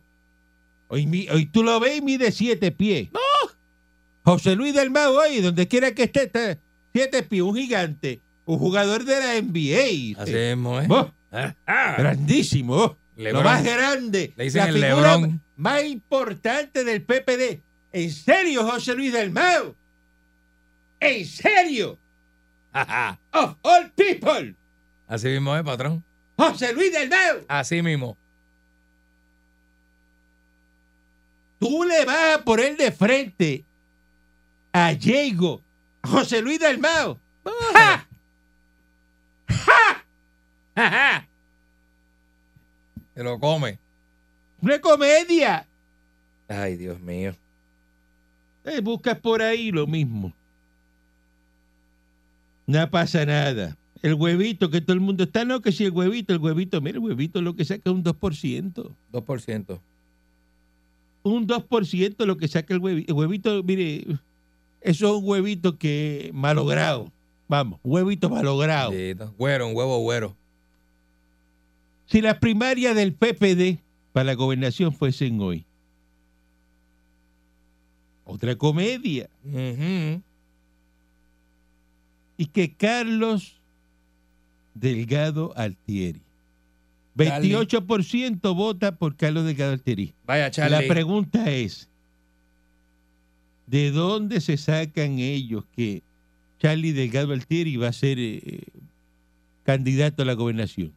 [SPEAKER 3] Hoy, mi- hoy tú lo ves y mide siete pies. ¡No! José Luis del Mago hoy, donde quiera que esté, está siete pies, un gigante, un jugador de la NBA.
[SPEAKER 4] Así
[SPEAKER 3] eh,
[SPEAKER 4] mismo, ¿eh?
[SPEAKER 3] vos,
[SPEAKER 4] Ah, ah.
[SPEAKER 3] grandísimo, vos,
[SPEAKER 4] Lebron.
[SPEAKER 3] lo más grande.
[SPEAKER 4] Le dicen
[SPEAKER 3] la
[SPEAKER 4] el
[SPEAKER 3] figura
[SPEAKER 4] Lebrón.
[SPEAKER 3] más importante del PPD. ¿En serio, José Luis del Mago? ¿En serio?
[SPEAKER 4] Ajá.
[SPEAKER 3] Of all people,
[SPEAKER 4] Así mismo, ¿eh, patrón?
[SPEAKER 3] José Luis del Mago.
[SPEAKER 4] Así mismo.
[SPEAKER 3] Tú le vas a poner de frente a Diego, a José Luis Dalmao. ¡Ja! ¡Ja! ¡Ja!
[SPEAKER 4] Se lo come.
[SPEAKER 3] ¡Una comedia!
[SPEAKER 4] Ay, Dios mío.
[SPEAKER 3] Eh, buscas por ahí lo mismo. No pasa nada. El huevito que todo el mundo está, no, que si el huevito, el huevito, mira, el huevito lo que saca es un 2%.
[SPEAKER 4] 2%.
[SPEAKER 3] Un 2% lo que saca el huevito. El huevito, mire, eso es un huevito que malogrado. Vamos, huevito malogrado.
[SPEAKER 4] Chito. Güero, un huevo güero.
[SPEAKER 3] Si las primarias del PPD para la gobernación fuesen hoy. Otra comedia.
[SPEAKER 4] Ujú.
[SPEAKER 3] Y que Carlos Delgado Altieri. 28% vota por Carlos Delgado Altieri.
[SPEAKER 4] Vaya,
[SPEAKER 3] La
[SPEAKER 4] Charlie.
[SPEAKER 3] pregunta es, ¿de dónde se sacan ellos que Charlie Delgado Altieri va a ser eh, candidato a la gobernación?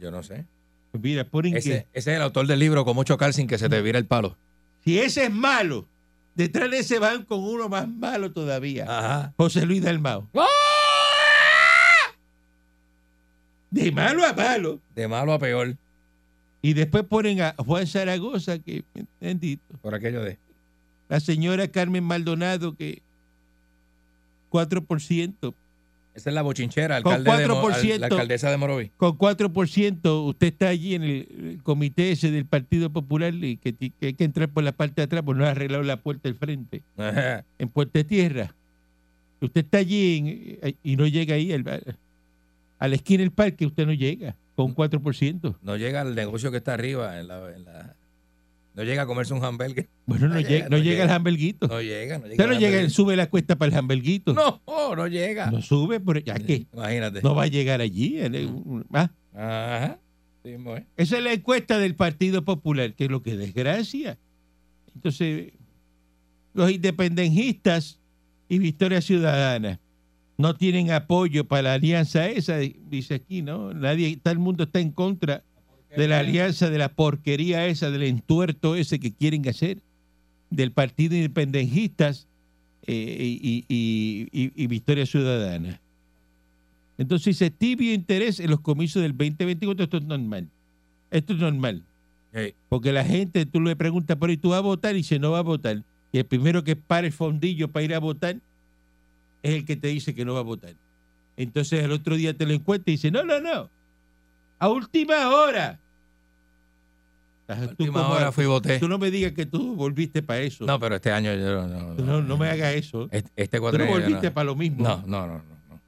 [SPEAKER 4] Yo no sé.
[SPEAKER 3] Mira, ponen que...
[SPEAKER 4] Ese, ese es el autor del libro Cómo chocar sin que se te vire el palo.
[SPEAKER 3] Si ese es malo, detrás de ese van con uno más malo todavía.
[SPEAKER 4] Ajá.
[SPEAKER 3] José Luis Dalmao. De malo a malo.
[SPEAKER 4] De malo a peor.
[SPEAKER 3] Y después ponen a Juan Zaragoza, que bendito.
[SPEAKER 4] Por aquello de.
[SPEAKER 3] La señora Carmen Maldonado, que 4%.
[SPEAKER 4] Esa es la bochinchera,
[SPEAKER 3] Con
[SPEAKER 4] alcalde de Mo-
[SPEAKER 3] 4%.
[SPEAKER 4] al- la alcaldesa de Morovi.
[SPEAKER 3] Con 4% usted está allí en el, el comité ese del Partido Popular y que, ti- que hay que entrar por la parte de atrás, porque no ha arreglado la puerta del frente.
[SPEAKER 4] Ajá.
[SPEAKER 3] en Puerto de Tierra. Usted está allí en- eh, y no llega ahí al- a la esquina del parque, usted no llega con un 4%.
[SPEAKER 4] No llega al negocio que está arriba en la, en la- No llega a comerse un hamburger.
[SPEAKER 3] Bueno, no, llega, no llega el hamburguito.
[SPEAKER 4] No llega, no llega.
[SPEAKER 3] Usted no
[SPEAKER 4] el
[SPEAKER 3] llega,
[SPEAKER 4] hamburger.
[SPEAKER 3] sube la cuesta para el hamburguito.
[SPEAKER 4] No, no llega.
[SPEAKER 3] No sube, pero ya que
[SPEAKER 4] Imagínate.
[SPEAKER 3] no va a llegar allí. él es un- ah.
[SPEAKER 4] Ajá. Sí, mo, eh.
[SPEAKER 3] Esa es la encuesta del Partido Popular, que es lo que desgracia. Entonces, los independentistas y Victoria Ciudadana no tienen apoyo para la alianza esa, dice aquí, ¿no? Nadie, todo el mundo está en contra de la alianza, de la porquería esa, del entuerto ese que quieren hacer, del Partido Independentistas eh, y, y- y- y Victoria Ciudadana. Entonces dice, tibio interés en los comicios del 2024, esto es normal. Esto es normal.
[SPEAKER 4] Hey.
[SPEAKER 3] Porque la gente, tú le preguntas, pero ¿y tú vas a votar? Y dice, no va a votar. Y el primero que para el fondillo para ir a votar es el que te dice que no va a votar. Entonces el otro día te lo encuentras y dice, no, no, no. A última hora. Estás tú
[SPEAKER 4] Última
[SPEAKER 3] como-
[SPEAKER 4] hora fui y voté.
[SPEAKER 3] tú no me digas que tú volviste para eso.
[SPEAKER 4] No, pero este año yo no.
[SPEAKER 3] Tú no, no me hagas eso.
[SPEAKER 4] Este,
[SPEAKER 3] Tú
[SPEAKER 4] este
[SPEAKER 3] no
[SPEAKER 4] cuatrenio yo
[SPEAKER 3] volviste para lo mismo.
[SPEAKER 4] No, no, no, no, no.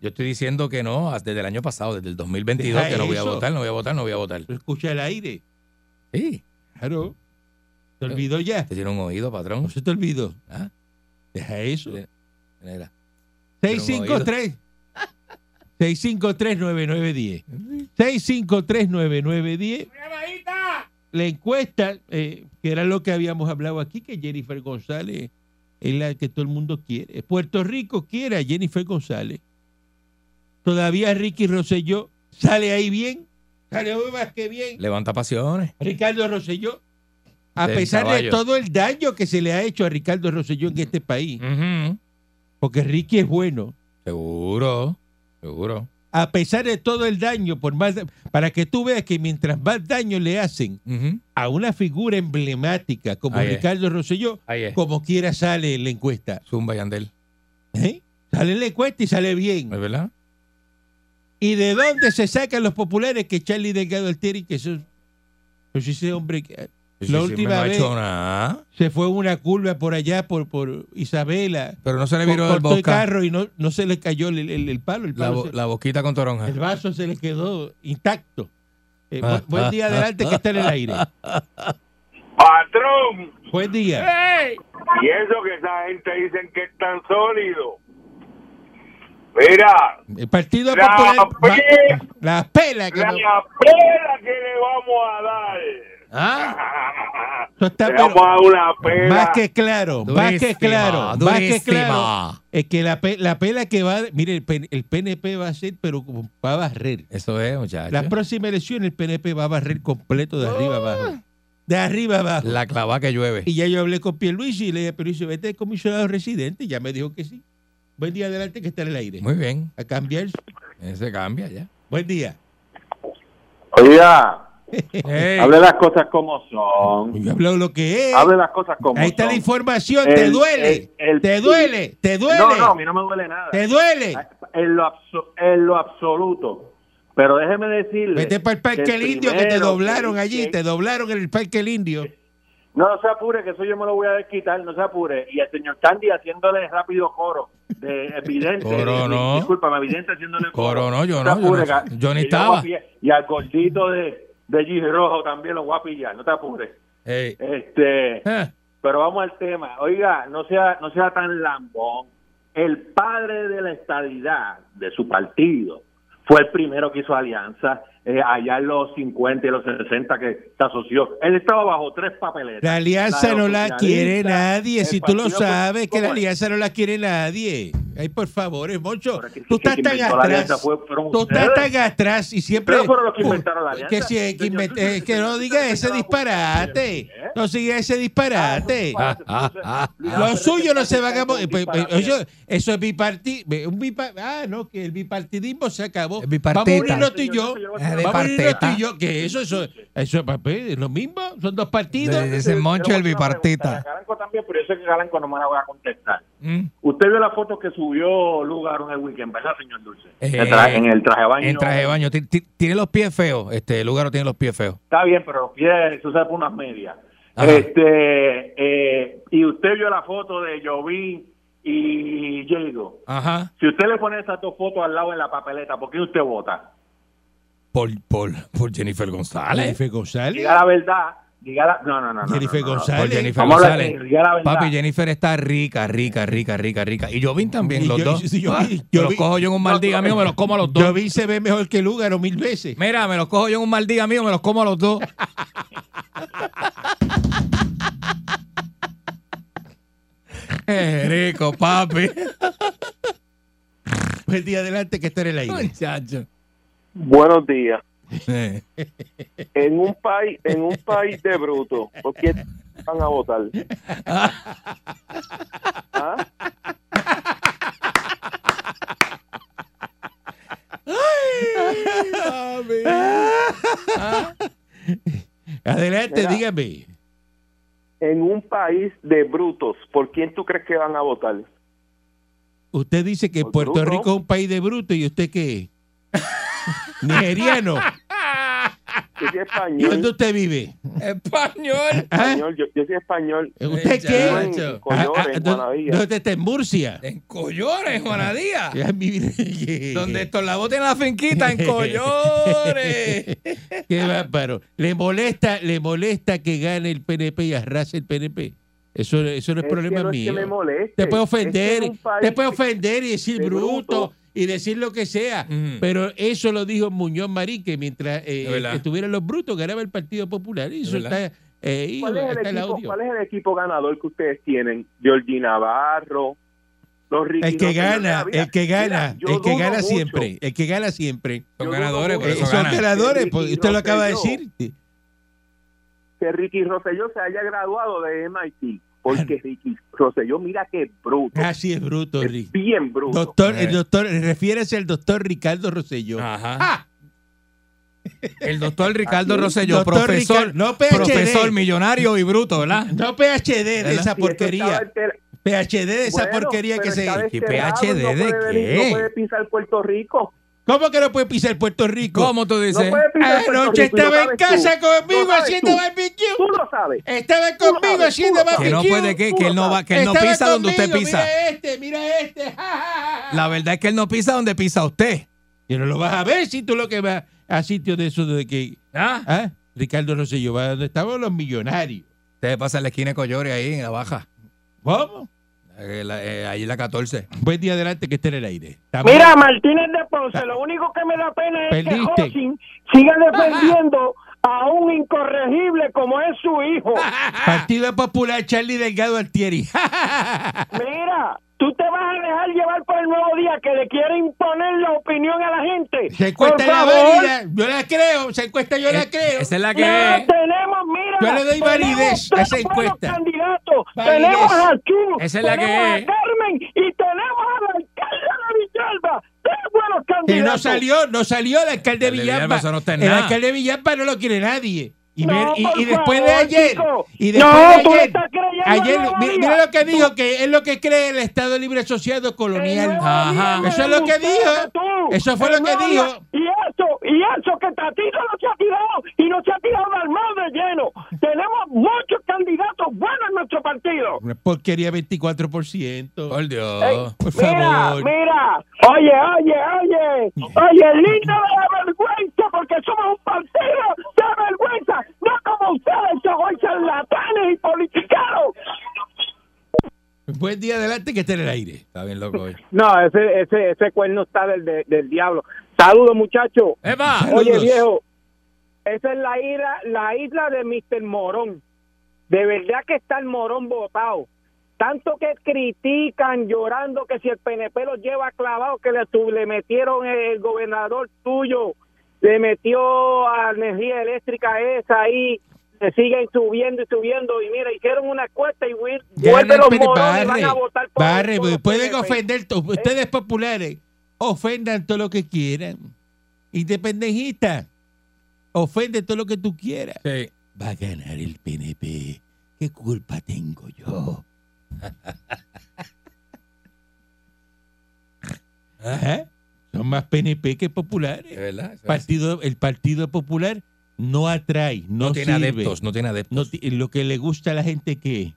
[SPEAKER 4] Yo estoy diciendo que no desde el año pasado, desde el 2022,
[SPEAKER 3] Deja
[SPEAKER 4] que no voy a
[SPEAKER 3] eso.
[SPEAKER 4] votar, no voy a votar, no voy a votar.
[SPEAKER 3] Tú escuchas el aire.
[SPEAKER 4] Sí,
[SPEAKER 3] Claro. ¿Te olvidó ya?
[SPEAKER 4] te tiene un oído,
[SPEAKER 3] No
[SPEAKER 4] patrón.
[SPEAKER 3] se te olvidó.
[SPEAKER 4] Ah,
[SPEAKER 3] Deja eso.
[SPEAKER 4] mira.
[SPEAKER 3] 653 653-9910. 653-9910. La encuesta, eh, que era lo que habíamos hablado aquí, que Jennifer González es la que todo el mundo quiere. Puerto Rico quiere a Jennifer González. Todavía Ricky Rosselló sale ahí bien, sale hoy más que bien.
[SPEAKER 4] Levanta pasiones.
[SPEAKER 3] Ricardo Rosselló, a
[SPEAKER 4] Del
[SPEAKER 3] pesar de
[SPEAKER 4] caballo.
[SPEAKER 3] todo el daño que se le ha hecho a Ricardo Rosselló en este país,
[SPEAKER 4] Ujú.
[SPEAKER 3] porque Ricky es bueno,
[SPEAKER 4] Seguro, seguro.
[SPEAKER 3] a pesar de todo el daño, por más da- para que tú veas que mientras más daño le hacen
[SPEAKER 4] Ujú.
[SPEAKER 3] a una figura emblemática como
[SPEAKER 4] Ahí es. Eh.
[SPEAKER 3] Ricardo Rosselló,
[SPEAKER 4] Ahí es.
[SPEAKER 3] como quiera sale en la encuesta.
[SPEAKER 4] Zumba y Andel.
[SPEAKER 3] ¿eh? Sale en la encuesta y sale bien.
[SPEAKER 4] ¿Es verdad?
[SPEAKER 3] ¿Y de dónde se sacan los populares que Charlie Delgado Altieri, que eso, pues ese hombre que-
[SPEAKER 4] Sí, sí,
[SPEAKER 3] La
[SPEAKER 4] sí, me
[SPEAKER 3] última
[SPEAKER 4] no ha
[SPEAKER 3] vez-
[SPEAKER 4] hecho nada.
[SPEAKER 3] se fue una curva por allá, por, por Isabela,
[SPEAKER 4] Pero no se le
[SPEAKER 3] co-
[SPEAKER 4] viró el
[SPEAKER 3] cortó el
[SPEAKER 4] bosca.
[SPEAKER 3] carro y no, no se le cayó el, el- el palo. El
[SPEAKER 4] La,
[SPEAKER 3] palo
[SPEAKER 4] bo-
[SPEAKER 3] se-
[SPEAKER 4] la boquita con toronja.
[SPEAKER 3] El vaso se le quedó intacto. Eh, bu-
[SPEAKER 4] Ah,
[SPEAKER 3] buen
[SPEAKER 4] ah,
[SPEAKER 3] día adelante que está en el aire.
[SPEAKER 7] Patrón,
[SPEAKER 3] Buen
[SPEAKER 7] Eh.
[SPEAKER 3] día.
[SPEAKER 7] y eso que esa gente dicen que es tan sólido. Mira,
[SPEAKER 3] El Partido
[SPEAKER 7] La
[SPEAKER 3] Popular.
[SPEAKER 7] pe-
[SPEAKER 3] va- la pela que
[SPEAKER 7] la
[SPEAKER 3] no-
[SPEAKER 7] pela que le vamos a dar.
[SPEAKER 4] Ah,
[SPEAKER 3] eso está,
[SPEAKER 7] Le
[SPEAKER 3] pero
[SPEAKER 7] vamos a dar una pela.
[SPEAKER 3] más que claro, más que
[SPEAKER 4] Durísima,
[SPEAKER 3] claro, más que claro.
[SPEAKER 4] durísima.
[SPEAKER 3] Es que la, pe- la pela que va. Mire, el, P- el PNP va a ser, pero como va a barrer.
[SPEAKER 4] eso es, muchachos.
[SPEAKER 3] La próxima elección el PNP va a barrer completo de
[SPEAKER 7] Oh.
[SPEAKER 3] arriba abajo. De arriba abajo.
[SPEAKER 4] La clava que llueve.
[SPEAKER 3] Y ya yo hablé con Pierluisi y le dije, Pierluisi, vete de comisionado residente. Y ya me dijo que sí. Buen día adelante que está en el aire.
[SPEAKER 4] Muy bien.
[SPEAKER 3] A cambiar.
[SPEAKER 4] Ese cambia ya.
[SPEAKER 3] Buen día.
[SPEAKER 7] Oiga,
[SPEAKER 4] Ey.
[SPEAKER 7] hable las cosas como son.
[SPEAKER 3] Yo hablo lo que es.
[SPEAKER 7] Hable las cosas como
[SPEAKER 3] Ahí está la
[SPEAKER 7] son.
[SPEAKER 3] información, te
[SPEAKER 7] El-
[SPEAKER 3] duele,
[SPEAKER 7] el- el-
[SPEAKER 3] te duele, te duele,
[SPEAKER 7] No, no, a mí no me duele nada.
[SPEAKER 3] te duele.
[SPEAKER 7] En lo, abso- en lo absoluto. Pero déjeme decirle.
[SPEAKER 3] Vete para el Parque
[SPEAKER 7] que
[SPEAKER 3] El Indio que te
[SPEAKER 7] primero
[SPEAKER 3] doblaron
[SPEAKER 7] que-
[SPEAKER 3] allí,
[SPEAKER 7] que-
[SPEAKER 3] te doblaron en el Parque El Indio.
[SPEAKER 7] No, no se apure, que eso yo me lo voy a desquitar, no se apure. Y el señor Candy haciéndole rápido coro de evidente.
[SPEAKER 4] Coro no.
[SPEAKER 7] Discúlpame, evidente haciéndole coro.
[SPEAKER 4] Coro no, yo
[SPEAKER 7] se
[SPEAKER 4] no, yo
[SPEAKER 7] apure,
[SPEAKER 4] no-
[SPEAKER 7] que-
[SPEAKER 4] yo ni
[SPEAKER 7] que
[SPEAKER 4] estaba.
[SPEAKER 7] voy a pillar. Y al gordito de, de Gis Rojo también lo voy a pillar, no te apures.
[SPEAKER 4] Ey.
[SPEAKER 7] Este,
[SPEAKER 4] Eh.
[SPEAKER 7] pero vamos al tema. Oiga, no sea, no sea tan lambón. El padre de la estadidad de su partido fue el primero que hizo alianza eh, allá en los 50 y los 60 que se asoció. Él estaba bajo tres papeletas.
[SPEAKER 3] La alianza
[SPEAKER 7] de los
[SPEAKER 3] no la quiere
[SPEAKER 7] socialistas,
[SPEAKER 3] nadie,
[SPEAKER 7] pues, el
[SPEAKER 3] si tú lo
[SPEAKER 7] Partido
[SPEAKER 3] sabes que la
[SPEAKER 7] Popular.
[SPEAKER 3] alianza no la quiere nadie. Ay, por favor, eh, Moncho,
[SPEAKER 7] Pero es que-
[SPEAKER 3] tú
[SPEAKER 7] es que
[SPEAKER 3] estás tan
[SPEAKER 7] inventó la alianza
[SPEAKER 3] atrás,
[SPEAKER 7] fue- fueron
[SPEAKER 3] tú estás
[SPEAKER 7] ustedes.
[SPEAKER 3] tan atrás y siempre...
[SPEAKER 7] Ustedes fueron los que
[SPEAKER 3] Uh,
[SPEAKER 7] inventaron la alianza.
[SPEAKER 3] Que, si- que,
[SPEAKER 7] Señor,
[SPEAKER 3] invent-
[SPEAKER 7] tú
[SPEAKER 3] eh, que no
[SPEAKER 7] tú
[SPEAKER 3] diga
[SPEAKER 7] inventaste
[SPEAKER 3] ese
[SPEAKER 7] la
[SPEAKER 3] disparate,
[SPEAKER 7] oposición, ¿eh? pues,
[SPEAKER 3] no siga ese disparate.
[SPEAKER 4] Ah, ah, ah.
[SPEAKER 3] Lo suyo no se va a acabar. Pues, pues, oye, eso es bipartidismo. Ah, no, que el bipartidismo se acabó.
[SPEAKER 4] Es bipartita.
[SPEAKER 3] Vamos a unirnos tú y yo.
[SPEAKER 7] Señor,
[SPEAKER 4] señor,
[SPEAKER 3] Vamos a unirnos tú
[SPEAKER 4] Biparteta.
[SPEAKER 3] y yo. Que eso, eso, eso es papel, es lo mismo. Son dos partidos.
[SPEAKER 4] De- Ese Moncho el bipartita.
[SPEAKER 7] Galanco también, pero yo sé que Galanco no me la voy a contestar.
[SPEAKER 4] Mm.
[SPEAKER 7] Usted vio la foto que subió Lugar en el weekend, ¿verdad, señor Dulce?
[SPEAKER 4] Eh,
[SPEAKER 7] en, tra- en el traje baño.
[SPEAKER 4] En traje de baño. Ti- ti- Tiene los pies feos. Este Lugaro tiene los pies feos.
[SPEAKER 7] Está bien, pero los pies se usan por unas medias.
[SPEAKER 4] Ajá.
[SPEAKER 7] Este, eh, y usted vio la foto de Jovín y Diego.
[SPEAKER 4] Ajá.
[SPEAKER 7] Si usted le pone esas dos fotos al lado en la papeleta, ¿por qué usted vota?
[SPEAKER 4] Por, por, por Jennifer González.
[SPEAKER 3] Jennifer González.
[SPEAKER 7] Diga la verdad,
[SPEAKER 8] Diga la- no, no, no. no,
[SPEAKER 3] Jennifer
[SPEAKER 8] no, no, no.
[SPEAKER 3] González.
[SPEAKER 4] Por Jennifer
[SPEAKER 8] Vamos a hablar
[SPEAKER 4] González.
[SPEAKER 8] de- diga la verdad.
[SPEAKER 4] Papi, Jennifer está rica, rica, rica, rica, rica. Y Jovín también,
[SPEAKER 3] Y
[SPEAKER 4] los
[SPEAKER 3] yo-
[SPEAKER 4] dos.
[SPEAKER 3] y si yo-
[SPEAKER 4] Ah,
[SPEAKER 3] y yo
[SPEAKER 4] me los
[SPEAKER 3] vi-
[SPEAKER 4] cojo yo en un mal día mío, me los como a los dos.
[SPEAKER 3] Jovín se ve mejor que Lúgaro mil veces.
[SPEAKER 4] Mira, me los cojo yo en un mal día mío, me los como a los dos. Eh, rico, papi.
[SPEAKER 3] El día adelante que esté en el aire.
[SPEAKER 4] Muchacho.
[SPEAKER 9] Buenos días.
[SPEAKER 4] Eh,
[SPEAKER 9] En un país, en un país de bruto, ¿por qué van a votar? ¿Ah?
[SPEAKER 3] Adelante,
[SPEAKER 9] Mira.
[SPEAKER 3] dígame.
[SPEAKER 9] En un país de brutos, ¿por quién tú crees que van a votar?
[SPEAKER 3] Usted dice que
[SPEAKER 9] Por
[SPEAKER 3] Puerto
[SPEAKER 9] bruto.
[SPEAKER 3] Rico es un país de bruto y usted qué Nigeriano.
[SPEAKER 9] Yo soy
[SPEAKER 3] ¿Y dónde
[SPEAKER 9] español.
[SPEAKER 3] usted vive?
[SPEAKER 4] Español.
[SPEAKER 3] ¿Ah?
[SPEAKER 9] español, yo, yo soy español.
[SPEAKER 3] ¿Usted
[SPEAKER 9] Vivo
[SPEAKER 3] qué?
[SPEAKER 9] en
[SPEAKER 4] Eh, Chacho.
[SPEAKER 3] Ah,
[SPEAKER 9] Collor,
[SPEAKER 3] ah,
[SPEAKER 9] en
[SPEAKER 3] ¿dó-
[SPEAKER 9] Guanabilla.
[SPEAKER 3] ¿Dónde está? ¿En Murcia?
[SPEAKER 4] En Collores, Juanadía.
[SPEAKER 3] Ya, mi vida.
[SPEAKER 4] Donde estos la tiene la finquita en Collores.
[SPEAKER 3] Qué bárbaro. Le molesta, le molesta que gane el PNP y arrase el PNP. Eso, eso no es,
[SPEAKER 9] Es que
[SPEAKER 3] problema
[SPEAKER 9] no es que
[SPEAKER 3] mío.
[SPEAKER 9] me moleste.
[SPEAKER 3] te puede
[SPEAKER 9] Es que en
[SPEAKER 3] ofender,
[SPEAKER 9] un país
[SPEAKER 3] te puede
[SPEAKER 9] que-
[SPEAKER 3] ofender y decir
[SPEAKER 9] de
[SPEAKER 3] bruto,
[SPEAKER 9] bruto.
[SPEAKER 3] y decir lo que sea.
[SPEAKER 4] Ujú.
[SPEAKER 3] Pero eso lo dijo Muñoz Marín, que mientras eh,
[SPEAKER 4] Es verdad.
[SPEAKER 3] estuvieran los brutos, ganaba el Partido Popular. Y eso
[SPEAKER 4] Es verdad.
[SPEAKER 3] está, eh, y
[SPEAKER 9] ¿Cuál es,
[SPEAKER 3] está
[SPEAKER 9] el
[SPEAKER 3] el
[SPEAKER 9] equipo,
[SPEAKER 3] audio.
[SPEAKER 9] cuál es el equipo ganador que ustedes tienen? Georgie Navarro, los Ricky
[SPEAKER 3] El que
[SPEAKER 9] Rosselló de la
[SPEAKER 3] gana,
[SPEAKER 9] vida.
[SPEAKER 3] el que gana,
[SPEAKER 9] Mira, yo
[SPEAKER 3] el que
[SPEAKER 9] dudo
[SPEAKER 3] gana
[SPEAKER 9] mucho.
[SPEAKER 3] siempre, el que gana siempre.
[SPEAKER 4] Son
[SPEAKER 9] Yo
[SPEAKER 4] ganadores,
[SPEAKER 9] dudo
[SPEAKER 4] por
[SPEAKER 3] Eh,
[SPEAKER 4] eso
[SPEAKER 9] mucho.
[SPEAKER 3] son
[SPEAKER 4] ganan.
[SPEAKER 3] ganadores,
[SPEAKER 9] Ricky
[SPEAKER 3] pues, usted lo acaba de
[SPEAKER 9] Rosselló.
[SPEAKER 3] decir.
[SPEAKER 9] que Ricky Rosselló se haya graduado de MIT. Porque Ricky Rosselló, mira que bruto.
[SPEAKER 3] Así es bruto,
[SPEAKER 7] Eh,
[SPEAKER 9] es
[SPEAKER 3] Rick.
[SPEAKER 9] bien bruto.
[SPEAKER 3] Doctor, el
[SPEAKER 4] Eh.
[SPEAKER 3] doctor, refiérese al doctor Ricardo Rosselló.
[SPEAKER 4] Ajá. El doctor Ricardo Rosselló,
[SPEAKER 3] Doctor
[SPEAKER 4] profesor,
[SPEAKER 3] Ricardo- no PhD.
[SPEAKER 4] profesor millonario y bruto, ¿verdad?
[SPEAKER 3] No PhD de
[SPEAKER 4] ¿Verdad?
[SPEAKER 3] esa
[SPEAKER 9] Si eso estaba
[SPEAKER 3] porquería.
[SPEAKER 9] alter-
[SPEAKER 3] PhD de esa
[SPEAKER 9] Bueno,
[SPEAKER 3] porquería que
[SPEAKER 9] pero
[SPEAKER 3] se.
[SPEAKER 9] está
[SPEAKER 4] ¿Y
[SPEAKER 9] desterrado,
[SPEAKER 4] PhD
[SPEAKER 9] no
[SPEAKER 4] de
[SPEAKER 9] puede venir-
[SPEAKER 4] qué?
[SPEAKER 9] No puede pisar Puerto Rico.
[SPEAKER 3] ¿Cómo que no puede pisar Puerto Rico?
[SPEAKER 4] ¿Cómo tú dices?
[SPEAKER 9] No puede pisar Puerto
[SPEAKER 3] Anoche
[SPEAKER 9] Rico, y lo
[SPEAKER 3] Ah, estaba en
[SPEAKER 9] sabes
[SPEAKER 3] casa
[SPEAKER 9] tú.
[SPEAKER 3] conmigo
[SPEAKER 9] Lo sabes
[SPEAKER 3] haciendo
[SPEAKER 9] tú.
[SPEAKER 3] barbecue.
[SPEAKER 9] Tú lo sabes.
[SPEAKER 3] Estaba
[SPEAKER 9] Tú lo
[SPEAKER 3] conmigo
[SPEAKER 9] sabes,
[SPEAKER 3] haciendo
[SPEAKER 9] tú lo sabes.
[SPEAKER 3] barbecue.
[SPEAKER 4] que no puede que, que él no va, que él no
[SPEAKER 9] Este
[SPEAKER 3] Estaba
[SPEAKER 4] pisa donde usted
[SPEAKER 3] conmigo,
[SPEAKER 4] pisa.
[SPEAKER 3] Mira este, mira este. ja, ja, ja.
[SPEAKER 4] La verdad es que él no pisa donde pisa usted.
[SPEAKER 3] Y no lo vas a ver si tú lo que vas a sitios de esos de que.
[SPEAKER 4] ¿Ah?
[SPEAKER 3] ¿Ah? Ricardo Rosselló, va donde estaban los millonarios.
[SPEAKER 4] Usted pasa en la esquina de Collore ahí en la baja.
[SPEAKER 3] ¿Cómo?
[SPEAKER 4] Eh, la- eh, ahí en la 14.
[SPEAKER 3] Buen día adelante que esté en el aire. Estamos-
[SPEAKER 7] Mira, Martínez de Ponce, lo único que me da pena es
[SPEAKER 3] Perdiste.
[SPEAKER 7] que Hoskin siga defendiendo a un incorregible como es su hijo.
[SPEAKER 3] Partido Popular, Charlie Delgado Altieri.
[SPEAKER 7] Mira, tú te vas a dejar llevar por el nuevo día que le quiere imponer la opinión a la gente.
[SPEAKER 3] Se
[SPEAKER 7] por
[SPEAKER 3] encuesta la
[SPEAKER 7] favor,
[SPEAKER 3] válida. Yo la creo. Se encuesta, yo la
[SPEAKER 4] Eh,
[SPEAKER 3] creo.
[SPEAKER 4] Esa es la que
[SPEAKER 7] no tenemos, mira,
[SPEAKER 3] Yo le doy
[SPEAKER 7] tenemos
[SPEAKER 3] validez a
[SPEAKER 7] tres
[SPEAKER 3] esa
[SPEAKER 7] buenos
[SPEAKER 3] encuesta.
[SPEAKER 7] candidatos.
[SPEAKER 3] Validez.
[SPEAKER 7] Tenemos a Chu,
[SPEAKER 4] Esa es la que
[SPEAKER 7] tenemos
[SPEAKER 4] es.
[SPEAKER 7] a Carmen y tenemos a la alcaldesa de Villalba. Tres buenos
[SPEAKER 3] Que
[SPEAKER 7] candidatos.
[SPEAKER 3] no salió, no salió el alcalde de
[SPEAKER 4] Alcalde Villalba,
[SPEAKER 3] Villalba.
[SPEAKER 4] eso no está en
[SPEAKER 3] el
[SPEAKER 4] nada.
[SPEAKER 3] alcalde de Villalba no lo quiere nadie. Y,
[SPEAKER 7] No,
[SPEAKER 3] ver- y-
[SPEAKER 7] por
[SPEAKER 3] y después de
[SPEAKER 7] favor,
[SPEAKER 3] ayer,
[SPEAKER 7] chico.
[SPEAKER 3] y después
[SPEAKER 7] No,
[SPEAKER 3] de
[SPEAKER 7] tú le
[SPEAKER 3] ayer,
[SPEAKER 7] estás creyendo a
[SPEAKER 3] ayer
[SPEAKER 7] Nueva
[SPEAKER 3] mi-
[SPEAKER 7] Vida.
[SPEAKER 3] mira lo que dijo, que es lo que cree el Estado Libre Asociado
[SPEAKER 7] El
[SPEAKER 3] Colonial.
[SPEAKER 7] nuevo día
[SPEAKER 3] Eso es lo que
[SPEAKER 7] ustedes,
[SPEAKER 3] dijo.
[SPEAKER 7] tú.
[SPEAKER 3] Eso fue
[SPEAKER 7] El
[SPEAKER 3] lo que
[SPEAKER 7] nuevo
[SPEAKER 3] dijo.
[SPEAKER 7] día. Y eso, y eso que Tatito no se ha tirado y no se ha tirado del mar de lleno. Tenemos muchos candidatos buenos en nuestro partido.
[SPEAKER 3] Una porquería 24%.
[SPEAKER 4] Por Dios.
[SPEAKER 3] por
[SPEAKER 7] mira,
[SPEAKER 3] favor.
[SPEAKER 7] mira, oye, oye, oye, oye, linda de la vergüenza, porque somos un partido de vergüenza, no como ustedes que hoy charlatanes y politicados.
[SPEAKER 3] Buen día adelante que esté en el aire.
[SPEAKER 4] Está bien loco hoy.
[SPEAKER 7] No, ese, ese, ese cuerno está del, del diablo. Saludos, muchachos.
[SPEAKER 4] ¡Epa!
[SPEAKER 7] Oye,
[SPEAKER 3] Saludos.
[SPEAKER 7] viejo, esa es la isla, la isla de Mr. Morón. De verdad que está el morón botado. Tanto que critican llorando que si el PNP lo lleva clavado, que le, tu- le metieron el, gobernador tuyo, le metió a la energía eléctrica esa ahí, le siguen subiendo y subiendo. Y mira, hicieron una cuesta y vuel-
[SPEAKER 3] Gana
[SPEAKER 7] vuelven
[SPEAKER 3] el
[SPEAKER 7] los
[SPEAKER 3] PNP,
[SPEAKER 7] morones y van
[SPEAKER 3] barre,
[SPEAKER 7] a votar por
[SPEAKER 3] barre, pues,
[SPEAKER 7] por los
[SPEAKER 3] pueden
[SPEAKER 7] PNP. Eh.
[SPEAKER 3] ofender, to- ustedes populares, ofendan todo lo que quieran. Independentistas, ofende todo lo que tú quieras.
[SPEAKER 4] Sí.
[SPEAKER 3] Va a ganar el PNP. ¿Qué culpa tengo yo?
[SPEAKER 7] ¿Eh?
[SPEAKER 3] Ajá. ¿Eh? Son más PNP que
[SPEAKER 4] De
[SPEAKER 3] populares.
[SPEAKER 4] verdad. eso es.
[SPEAKER 3] Partido, el Partido Popular no atrae, no,
[SPEAKER 4] No tiene
[SPEAKER 3] sirve.
[SPEAKER 4] adeptos, no tiene adeptos.
[SPEAKER 3] No ti- lo que le gusta a la gente que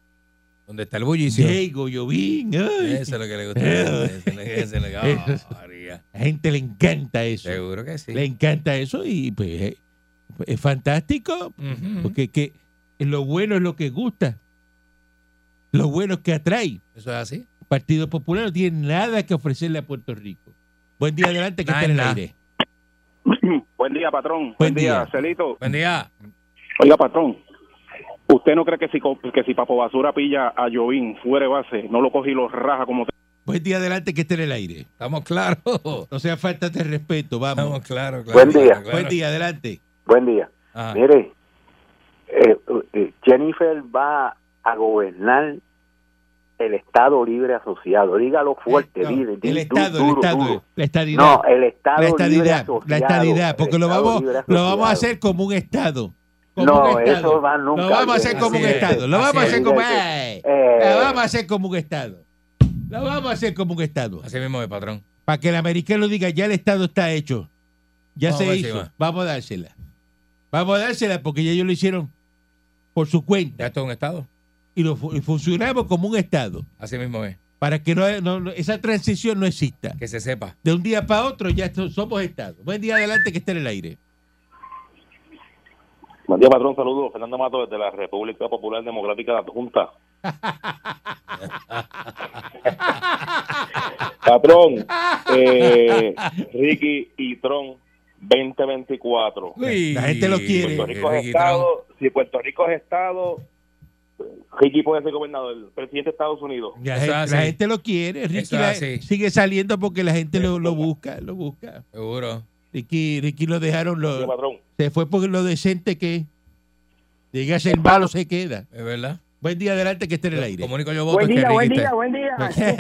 [SPEAKER 4] ¿Dónde está el bullicio?
[SPEAKER 3] Diego Llovín. ay.
[SPEAKER 4] Eso es lo que le gusta. Eso es lo que- eso es lo que-
[SPEAKER 3] Eso.
[SPEAKER 4] Ah, María.
[SPEAKER 3] A la gente le encanta eso.
[SPEAKER 4] Seguro que sí.
[SPEAKER 3] Le encanta eso y pues eh, es fantástico.
[SPEAKER 4] Ujú.
[SPEAKER 3] Porque que Lo bueno es lo que gusta. Lo bueno es que atrae.
[SPEAKER 4] Eso es así.
[SPEAKER 3] Partido Popular no tiene nada que ofrecerle a Puerto Rico. Buen día, adelante, que
[SPEAKER 4] Nada,
[SPEAKER 3] está en el
[SPEAKER 4] nada.
[SPEAKER 3] aire.
[SPEAKER 9] Buen día, patrón.
[SPEAKER 3] Buen día.
[SPEAKER 9] Celito.
[SPEAKER 4] Buen día.
[SPEAKER 9] Oiga, patrón. ¿Usted no cree que si, co- que si Papo Basura pilla a Jovín fuera de base, no lo coge y lo raja como
[SPEAKER 3] Buen día, adelante, que está en el aire.
[SPEAKER 4] Estamos claros. Estamos
[SPEAKER 3] No sea falta de respeto, vamos.
[SPEAKER 4] claros. claro,
[SPEAKER 10] Buen día.
[SPEAKER 4] claro.
[SPEAKER 3] Buen día, adelante.
[SPEAKER 10] Buen día.
[SPEAKER 4] Ajá.
[SPEAKER 10] Mire, eh, eh, Jennifer va a gobernar el Estado Libre Asociado. Dígalo fuerte,
[SPEAKER 3] Eh, No,
[SPEAKER 10] dile,
[SPEAKER 3] el
[SPEAKER 10] dile, du-
[SPEAKER 3] Estado, el
[SPEAKER 10] duro,
[SPEAKER 3] Estado,
[SPEAKER 10] duro.
[SPEAKER 3] la estadidad.
[SPEAKER 10] No, el Estado
[SPEAKER 3] la
[SPEAKER 10] Libre
[SPEAKER 3] estadidad,
[SPEAKER 10] Asociado.
[SPEAKER 3] la estadidad, porque
[SPEAKER 10] el
[SPEAKER 3] lo
[SPEAKER 10] Estado
[SPEAKER 3] vamos,
[SPEAKER 10] Libre
[SPEAKER 3] lo vamos
[SPEAKER 10] Asociado.
[SPEAKER 3] a hacer como un Estado. Como
[SPEAKER 10] No,
[SPEAKER 3] un estado.
[SPEAKER 10] eso va nunca.
[SPEAKER 3] Lo vamos a hacer
[SPEAKER 10] bien.
[SPEAKER 3] como un
[SPEAKER 4] Así es,
[SPEAKER 3] Estado. Lo
[SPEAKER 4] así
[SPEAKER 3] vamos a
[SPEAKER 4] es.
[SPEAKER 3] hacer como. ¡Ay!
[SPEAKER 10] Eh,
[SPEAKER 3] Lo vamos a hacer como un Estado. Lo vamos a hacer como un Estado.
[SPEAKER 4] Así mismo es, patrón.
[SPEAKER 3] Para que el americano diga, ya el Estado está hecho. Ya
[SPEAKER 4] Vamos
[SPEAKER 3] se
[SPEAKER 4] pa'
[SPEAKER 3] hizo.
[SPEAKER 4] encima.
[SPEAKER 3] Vamos a dársela. Vamos a dársela porque ya ellos lo hicieron por su cuenta.
[SPEAKER 4] Ya esto es un estado.
[SPEAKER 3] Y, lo, fu- y funcionamos como un Estado.
[SPEAKER 4] Así mismo es.
[SPEAKER 3] Para que no, no- no- esa transición no exista.
[SPEAKER 4] Que se sepa.
[SPEAKER 3] De un día para otro ya so- somos Estado. Buen día adelante que esté en el aire.
[SPEAKER 9] Buen día, patrón. Saludos. Fernando Mato desde la República Popular Democrática de la Junta. patrón, eh, Ricky y Tron 2024.
[SPEAKER 3] La gente lo quiere.
[SPEAKER 9] Puerto Rico es
[SPEAKER 4] Eh, Ricky Trump.
[SPEAKER 9] Estado. Si Puerto Rico es Estado, Ricky puede ser gobernador, presidente de Estados Unidos.
[SPEAKER 3] La,
[SPEAKER 4] Eso es
[SPEAKER 3] gente, la
[SPEAKER 4] así.
[SPEAKER 3] gente lo quiere. Ricky
[SPEAKER 4] Eso es
[SPEAKER 3] la-
[SPEAKER 4] así.
[SPEAKER 3] sigue saliendo porque la gente lo, lo busca, lo busca.
[SPEAKER 4] Seguro.
[SPEAKER 3] Ricky, Ricky lo dejaron,
[SPEAKER 9] Sí,
[SPEAKER 3] lo,
[SPEAKER 9] patrón.
[SPEAKER 3] se fue por lo decente que es. Llega a ser malo, se queda.
[SPEAKER 4] Es verdad.
[SPEAKER 3] Buen día adelante que esté en el aire.
[SPEAKER 4] Comunico yo voto.
[SPEAKER 11] Buen
[SPEAKER 4] que
[SPEAKER 11] día,
[SPEAKER 4] Ricky
[SPEAKER 11] buen
[SPEAKER 4] está-
[SPEAKER 11] día, buen día. Te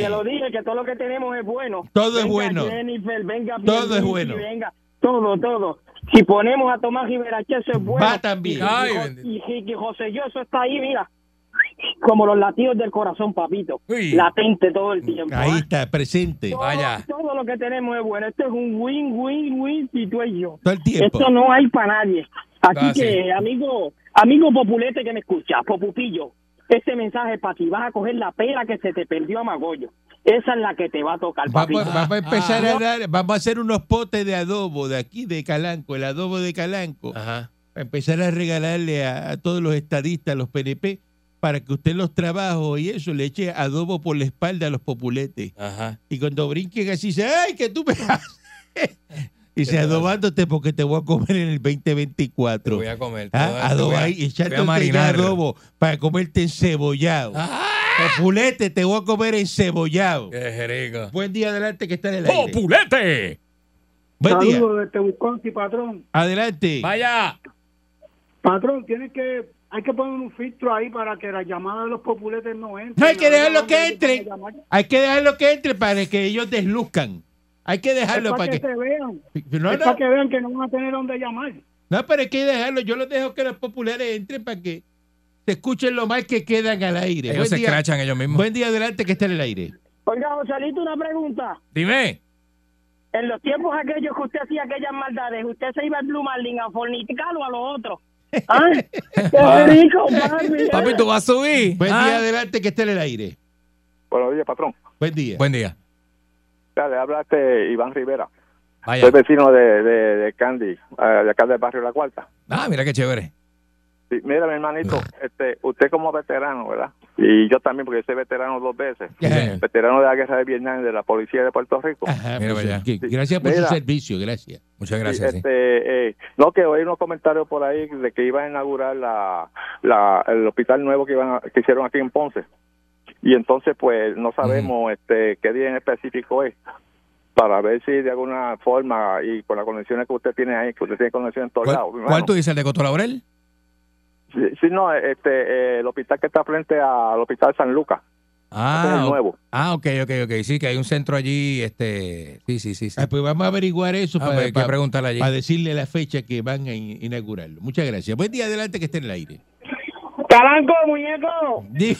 [SPEAKER 3] Todo
[SPEAKER 11] lo dije que todo lo que tenemos es bueno.
[SPEAKER 3] Todo es
[SPEAKER 11] Venga,
[SPEAKER 3] bueno.
[SPEAKER 11] Jennifer, venga,
[SPEAKER 3] Todo es
[SPEAKER 11] Pierluisi,
[SPEAKER 3] bueno.
[SPEAKER 11] Venga, todo, todo. Si ponemos a Tomás Rivera, que eso es bueno.
[SPEAKER 3] Va también.
[SPEAKER 11] Y
[SPEAKER 4] Ay,
[SPEAKER 11] Jo-
[SPEAKER 4] bendito.
[SPEAKER 11] y, Ricky José yo, eso está ahí, mira. Como los latidos del corazón, papito.
[SPEAKER 4] Uy.
[SPEAKER 11] Latente todo el tiempo.
[SPEAKER 3] Ahí está, presente.
[SPEAKER 11] Todo-
[SPEAKER 4] vaya.
[SPEAKER 11] Todo lo que tenemos es bueno. Esto es un win, win, win situación.
[SPEAKER 3] Todo el tiempo.
[SPEAKER 11] Esto no hay para nadie. Así
[SPEAKER 4] Ah, sí.
[SPEAKER 11] que, amigo, amigo populete que me escucha, popupillo, este mensaje es para ti. Vas a coger la pera que se te perdió a Magollo. Esa es la que te va a tocar, papi.
[SPEAKER 3] Vamos, vamos a empezar a dar, vamos a hacer unos potes de adobo de aquí, de Calanco, el adobo de Calanco.
[SPEAKER 4] Ajá.
[SPEAKER 3] Para empezar a regalarle a, a todos los estadistas, a los PNP, para que usted los trabajos y eso le eche adobo por la espalda a los populetes.
[SPEAKER 4] Ajá.
[SPEAKER 3] Y cuando brinquen así, dice, ¡ay, que tú me haces! Y se adobándote porque te voy a comer en el
[SPEAKER 4] Te
[SPEAKER 3] 2024.
[SPEAKER 4] voy a comer. Te voy
[SPEAKER 3] Ah,
[SPEAKER 4] a- te
[SPEAKER 3] adobo
[SPEAKER 4] voy a-
[SPEAKER 3] ahí, y
[SPEAKER 4] te
[SPEAKER 3] echarte
[SPEAKER 4] voy a marinar.
[SPEAKER 3] adobo para comerte encebollado.
[SPEAKER 4] Ah,
[SPEAKER 3] Populete, te voy a comer encebollado.
[SPEAKER 4] qué rico.
[SPEAKER 3] Buen día adelante que está en el aire.
[SPEAKER 1] ¡Populete!
[SPEAKER 3] Buen día.
[SPEAKER 11] desde Wisconsin, patrón.
[SPEAKER 3] Adelante.
[SPEAKER 4] Vaya.
[SPEAKER 11] Patrón, tienes que, hay que poner un filtro ahí para que la llamada de los populetes no entre.
[SPEAKER 3] No hay que dejarlo que entre. Hay que dejarlo que entre para que ellos desluzcan. Hay que dejarlo para que.
[SPEAKER 11] vean.
[SPEAKER 3] No, no,
[SPEAKER 11] vean que no van a tener dónde llamar.
[SPEAKER 3] no, pero hay que dejarlo. Yo los dejo que los populares entren para que se escuchen lo más que quedan al aire.
[SPEAKER 4] Ellos
[SPEAKER 3] Buen
[SPEAKER 4] se
[SPEAKER 3] día.
[SPEAKER 4] escrachan ellos mismos.
[SPEAKER 3] Buen día adelante que está en el aire.
[SPEAKER 11] Oiga, Joselito, una pregunta.
[SPEAKER 4] Dime.
[SPEAKER 11] En los tiempos aquellos que usted hacía aquellas maldades, ¿usted se iba al Blue Marlin a fornicar o a los otros? ¡Ay! ¡Qué rico, papi!
[SPEAKER 4] Ah. Papi, tú vas a subir.
[SPEAKER 3] Buen
[SPEAKER 4] Ah.
[SPEAKER 3] día adelante que está en el aire.
[SPEAKER 9] Buenos días, patrón.
[SPEAKER 3] Buen día.
[SPEAKER 4] Buen día.
[SPEAKER 9] Dale, hablaste Iván Rivera.
[SPEAKER 4] Vaya.
[SPEAKER 9] Soy vecino de, de, de Candy, eh, de acá del barrio La Cuarta.
[SPEAKER 4] Ah, mira qué chévere.
[SPEAKER 9] Sí, mira, mi hermanito, este, usted como veterano, ¿verdad? Y yo también, porque yo soy veterano dos veces.
[SPEAKER 3] Ajá.
[SPEAKER 9] Veterano de la guerra de Vietnam y de la policía de Puerto Rico.
[SPEAKER 3] Ajá,
[SPEAKER 4] Mira,
[SPEAKER 3] pues,
[SPEAKER 4] vaya.
[SPEAKER 3] que- gracias por
[SPEAKER 9] Mira.
[SPEAKER 3] su servicio, gracias.
[SPEAKER 4] Muchas
[SPEAKER 9] Sí,
[SPEAKER 4] gracias. sí.
[SPEAKER 9] este, eh, no, que oí unos comentarios por ahí de que iban a inaugurar la, la- el hospital nuevo que, iban a- que hicieron aquí en Ponce. Y entonces, pues, no sabemos este, qué día en específico es para ver si de alguna forma y con las conexiones que usted tiene ahí, que usted tiene conexiones en todos
[SPEAKER 4] ¿Cuál,
[SPEAKER 9] lados. mi
[SPEAKER 4] cuál
[SPEAKER 9] hermano. Este
[SPEAKER 4] tú dices? ¿El de Coto Laurel?
[SPEAKER 9] Sí, sí, no, este, eh, el hospital que está frente al hospital San Lucas, ese es
[SPEAKER 4] Ah,
[SPEAKER 9] el
[SPEAKER 4] ok.
[SPEAKER 9] nuevo.
[SPEAKER 4] Ah, ok, ok, ok. Sí, que hay un centro allí, este... Sí, sí, sí. sí.
[SPEAKER 3] Ah, pues vamos a averiguar eso
[SPEAKER 4] Ah,
[SPEAKER 3] para,
[SPEAKER 4] pues hay que
[SPEAKER 3] para-
[SPEAKER 4] preguntarle allí.
[SPEAKER 3] para decirle la fecha que van a in- inaugurarlo. Muchas gracias. Buen día adelante que esté en el aire.
[SPEAKER 11] ¡Calanco, muñeco!
[SPEAKER 3] Dime,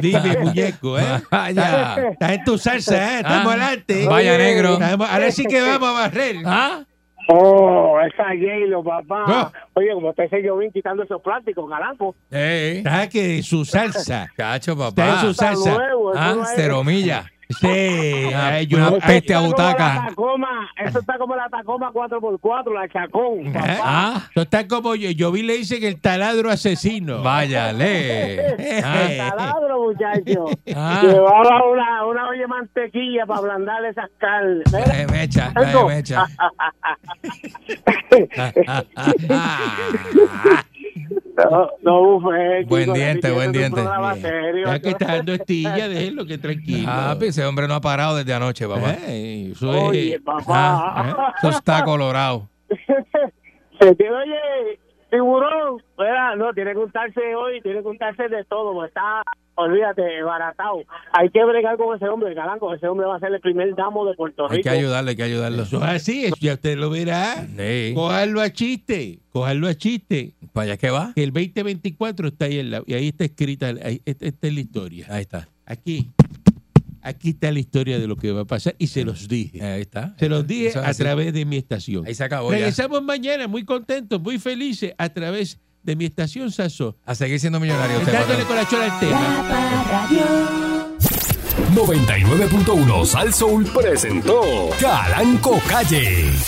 [SPEAKER 3] dime, muñeco, ¿eh?
[SPEAKER 4] Vaya.
[SPEAKER 3] Estás en tu salsa, ¿eh? Estamos
[SPEAKER 4] Ah,
[SPEAKER 3] adelante.
[SPEAKER 4] vaya negro.
[SPEAKER 3] Estamos- ahora sí que vamos a barrer.
[SPEAKER 4] ¿Ah?
[SPEAKER 11] ¡Oh, esa Gaylo, papá!
[SPEAKER 3] Ah.
[SPEAKER 11] Oye, como usted se yo bien quitando esos plásticos, Calanco.
[SPEAKER 4] Ey.
[SPEAKER 3] Está que su salsa.
[SPEAKER 4] Eh, Cacho,
[SPEAKER 3] Está en
[SPEAKER 4] papá.
[SPEAKER 3] su salsa.
[SPEAKER 11] nuevo, eso
[SPEAKER 4] Ah,
[SPEAKER 11] no es-
[SPEAKER 4] cero milla. Sí, ay, yo
[SPEAKER 11] Eso
[SPEAKER 4] una
[SPEAKER 11] está
[SPEAKER 4] peste a
[SPEAKER 11] como la
[SPEAKER 4] butaca.
[SPEAKER 11] Tacoma, eso está como la Tacoma 4x4, la Chacón.
[SPEAKER 4] ¿Eh?
[SPEAKER 11] papá.
[SPEAKER 4] Ah,
[SPEAKER 3] Eso está como yo, yo vi le dicen el taladro asesino.
[SPEAKER 4] váyale. Ah,
[SPEAKER 11] Taladro, muchacho.
[SPEAKER 4] Ah.
[SPEAKER 11] Llevaba una, una olla de mantequilla para ablandar esas carnes. Mira,
[SPEAKER 4] dale mecha, dale mecha.
[SPEAKER 11] No, no bufé,
[SPEAKER 4] Buen
[SPEAKER 11] chico,
[SPEAKER 4] diente,
[SPEAKER 11] repitiendo
[SPEAKER 4] buen
[SPEAKER 11] un
[SPEAKER 4] diente.
[SPEAKER 11] programa serio.
[SPEAKER 3] Ya que está dando estilla, déjenlo que tranquilo.
[SPEAKER 4] Ah, pues ese hombre no ha parado desde anoche, papá.
[SPEAKER 3] ¿Eh? Ay, eso es- eh,
[SPEAKER 11] Oye, papá.
[SPEAKER 4] Ah, eso está colorado.
[SPEAKER 11] Se tiene, oye, tiburón. Mira, no, tiene que untarse hoy, tiene que untarse de todo, porque está, olvídate, baratado. Hay que bregar con ese hombre, caranco. Ese hombre va a ser el primer damo de Puerto Rico.
[SPEAKER 4] Hay que ayudarle, hay que ayudarlo.
[SPEAKER 3] Eso es así, eso ya usted lo verá.
[SPEAKER 4] Sí.
[SPEAKER 3] Cojarlo a chiste, cojarlo a chiste.
[SPEAKER 4] ¿Para allá que va?
[SPEAKER 3] Que el 2024 está ahí en la, y ahí está escrita, ahí- esta esta es la historia.
[SPEAKER 4] Ahí está,
[SPEAKER 3] Aquí, aquí está la historia de lo que va a pasar y se los dije.
[SPEAKER 4] ahí está.
[SPEAKER 3] Se los dije
[SPEAKER 4] Eso es
[SPEAKER 3] a
[SPEAKER 4] así.
[SPEAKER 3] través de mi estación.
[SPEAKER 4] Ahí se acabó ya.
[SPEAKER 3] Regresamos mañana muy contentos, muy felices a través de mi estación Sasso.
[SPEAKER 4] A seguir siendo millonario usted,
[SPEAKER 3] Dándole
[SPEAKER 4] patrón.
[SPEAKER 3] con la chola al tema.
[SPEAKER 2] La Radio.
[SPEAKER 1] 99.1 Sal Soul presentó Calanco Calle.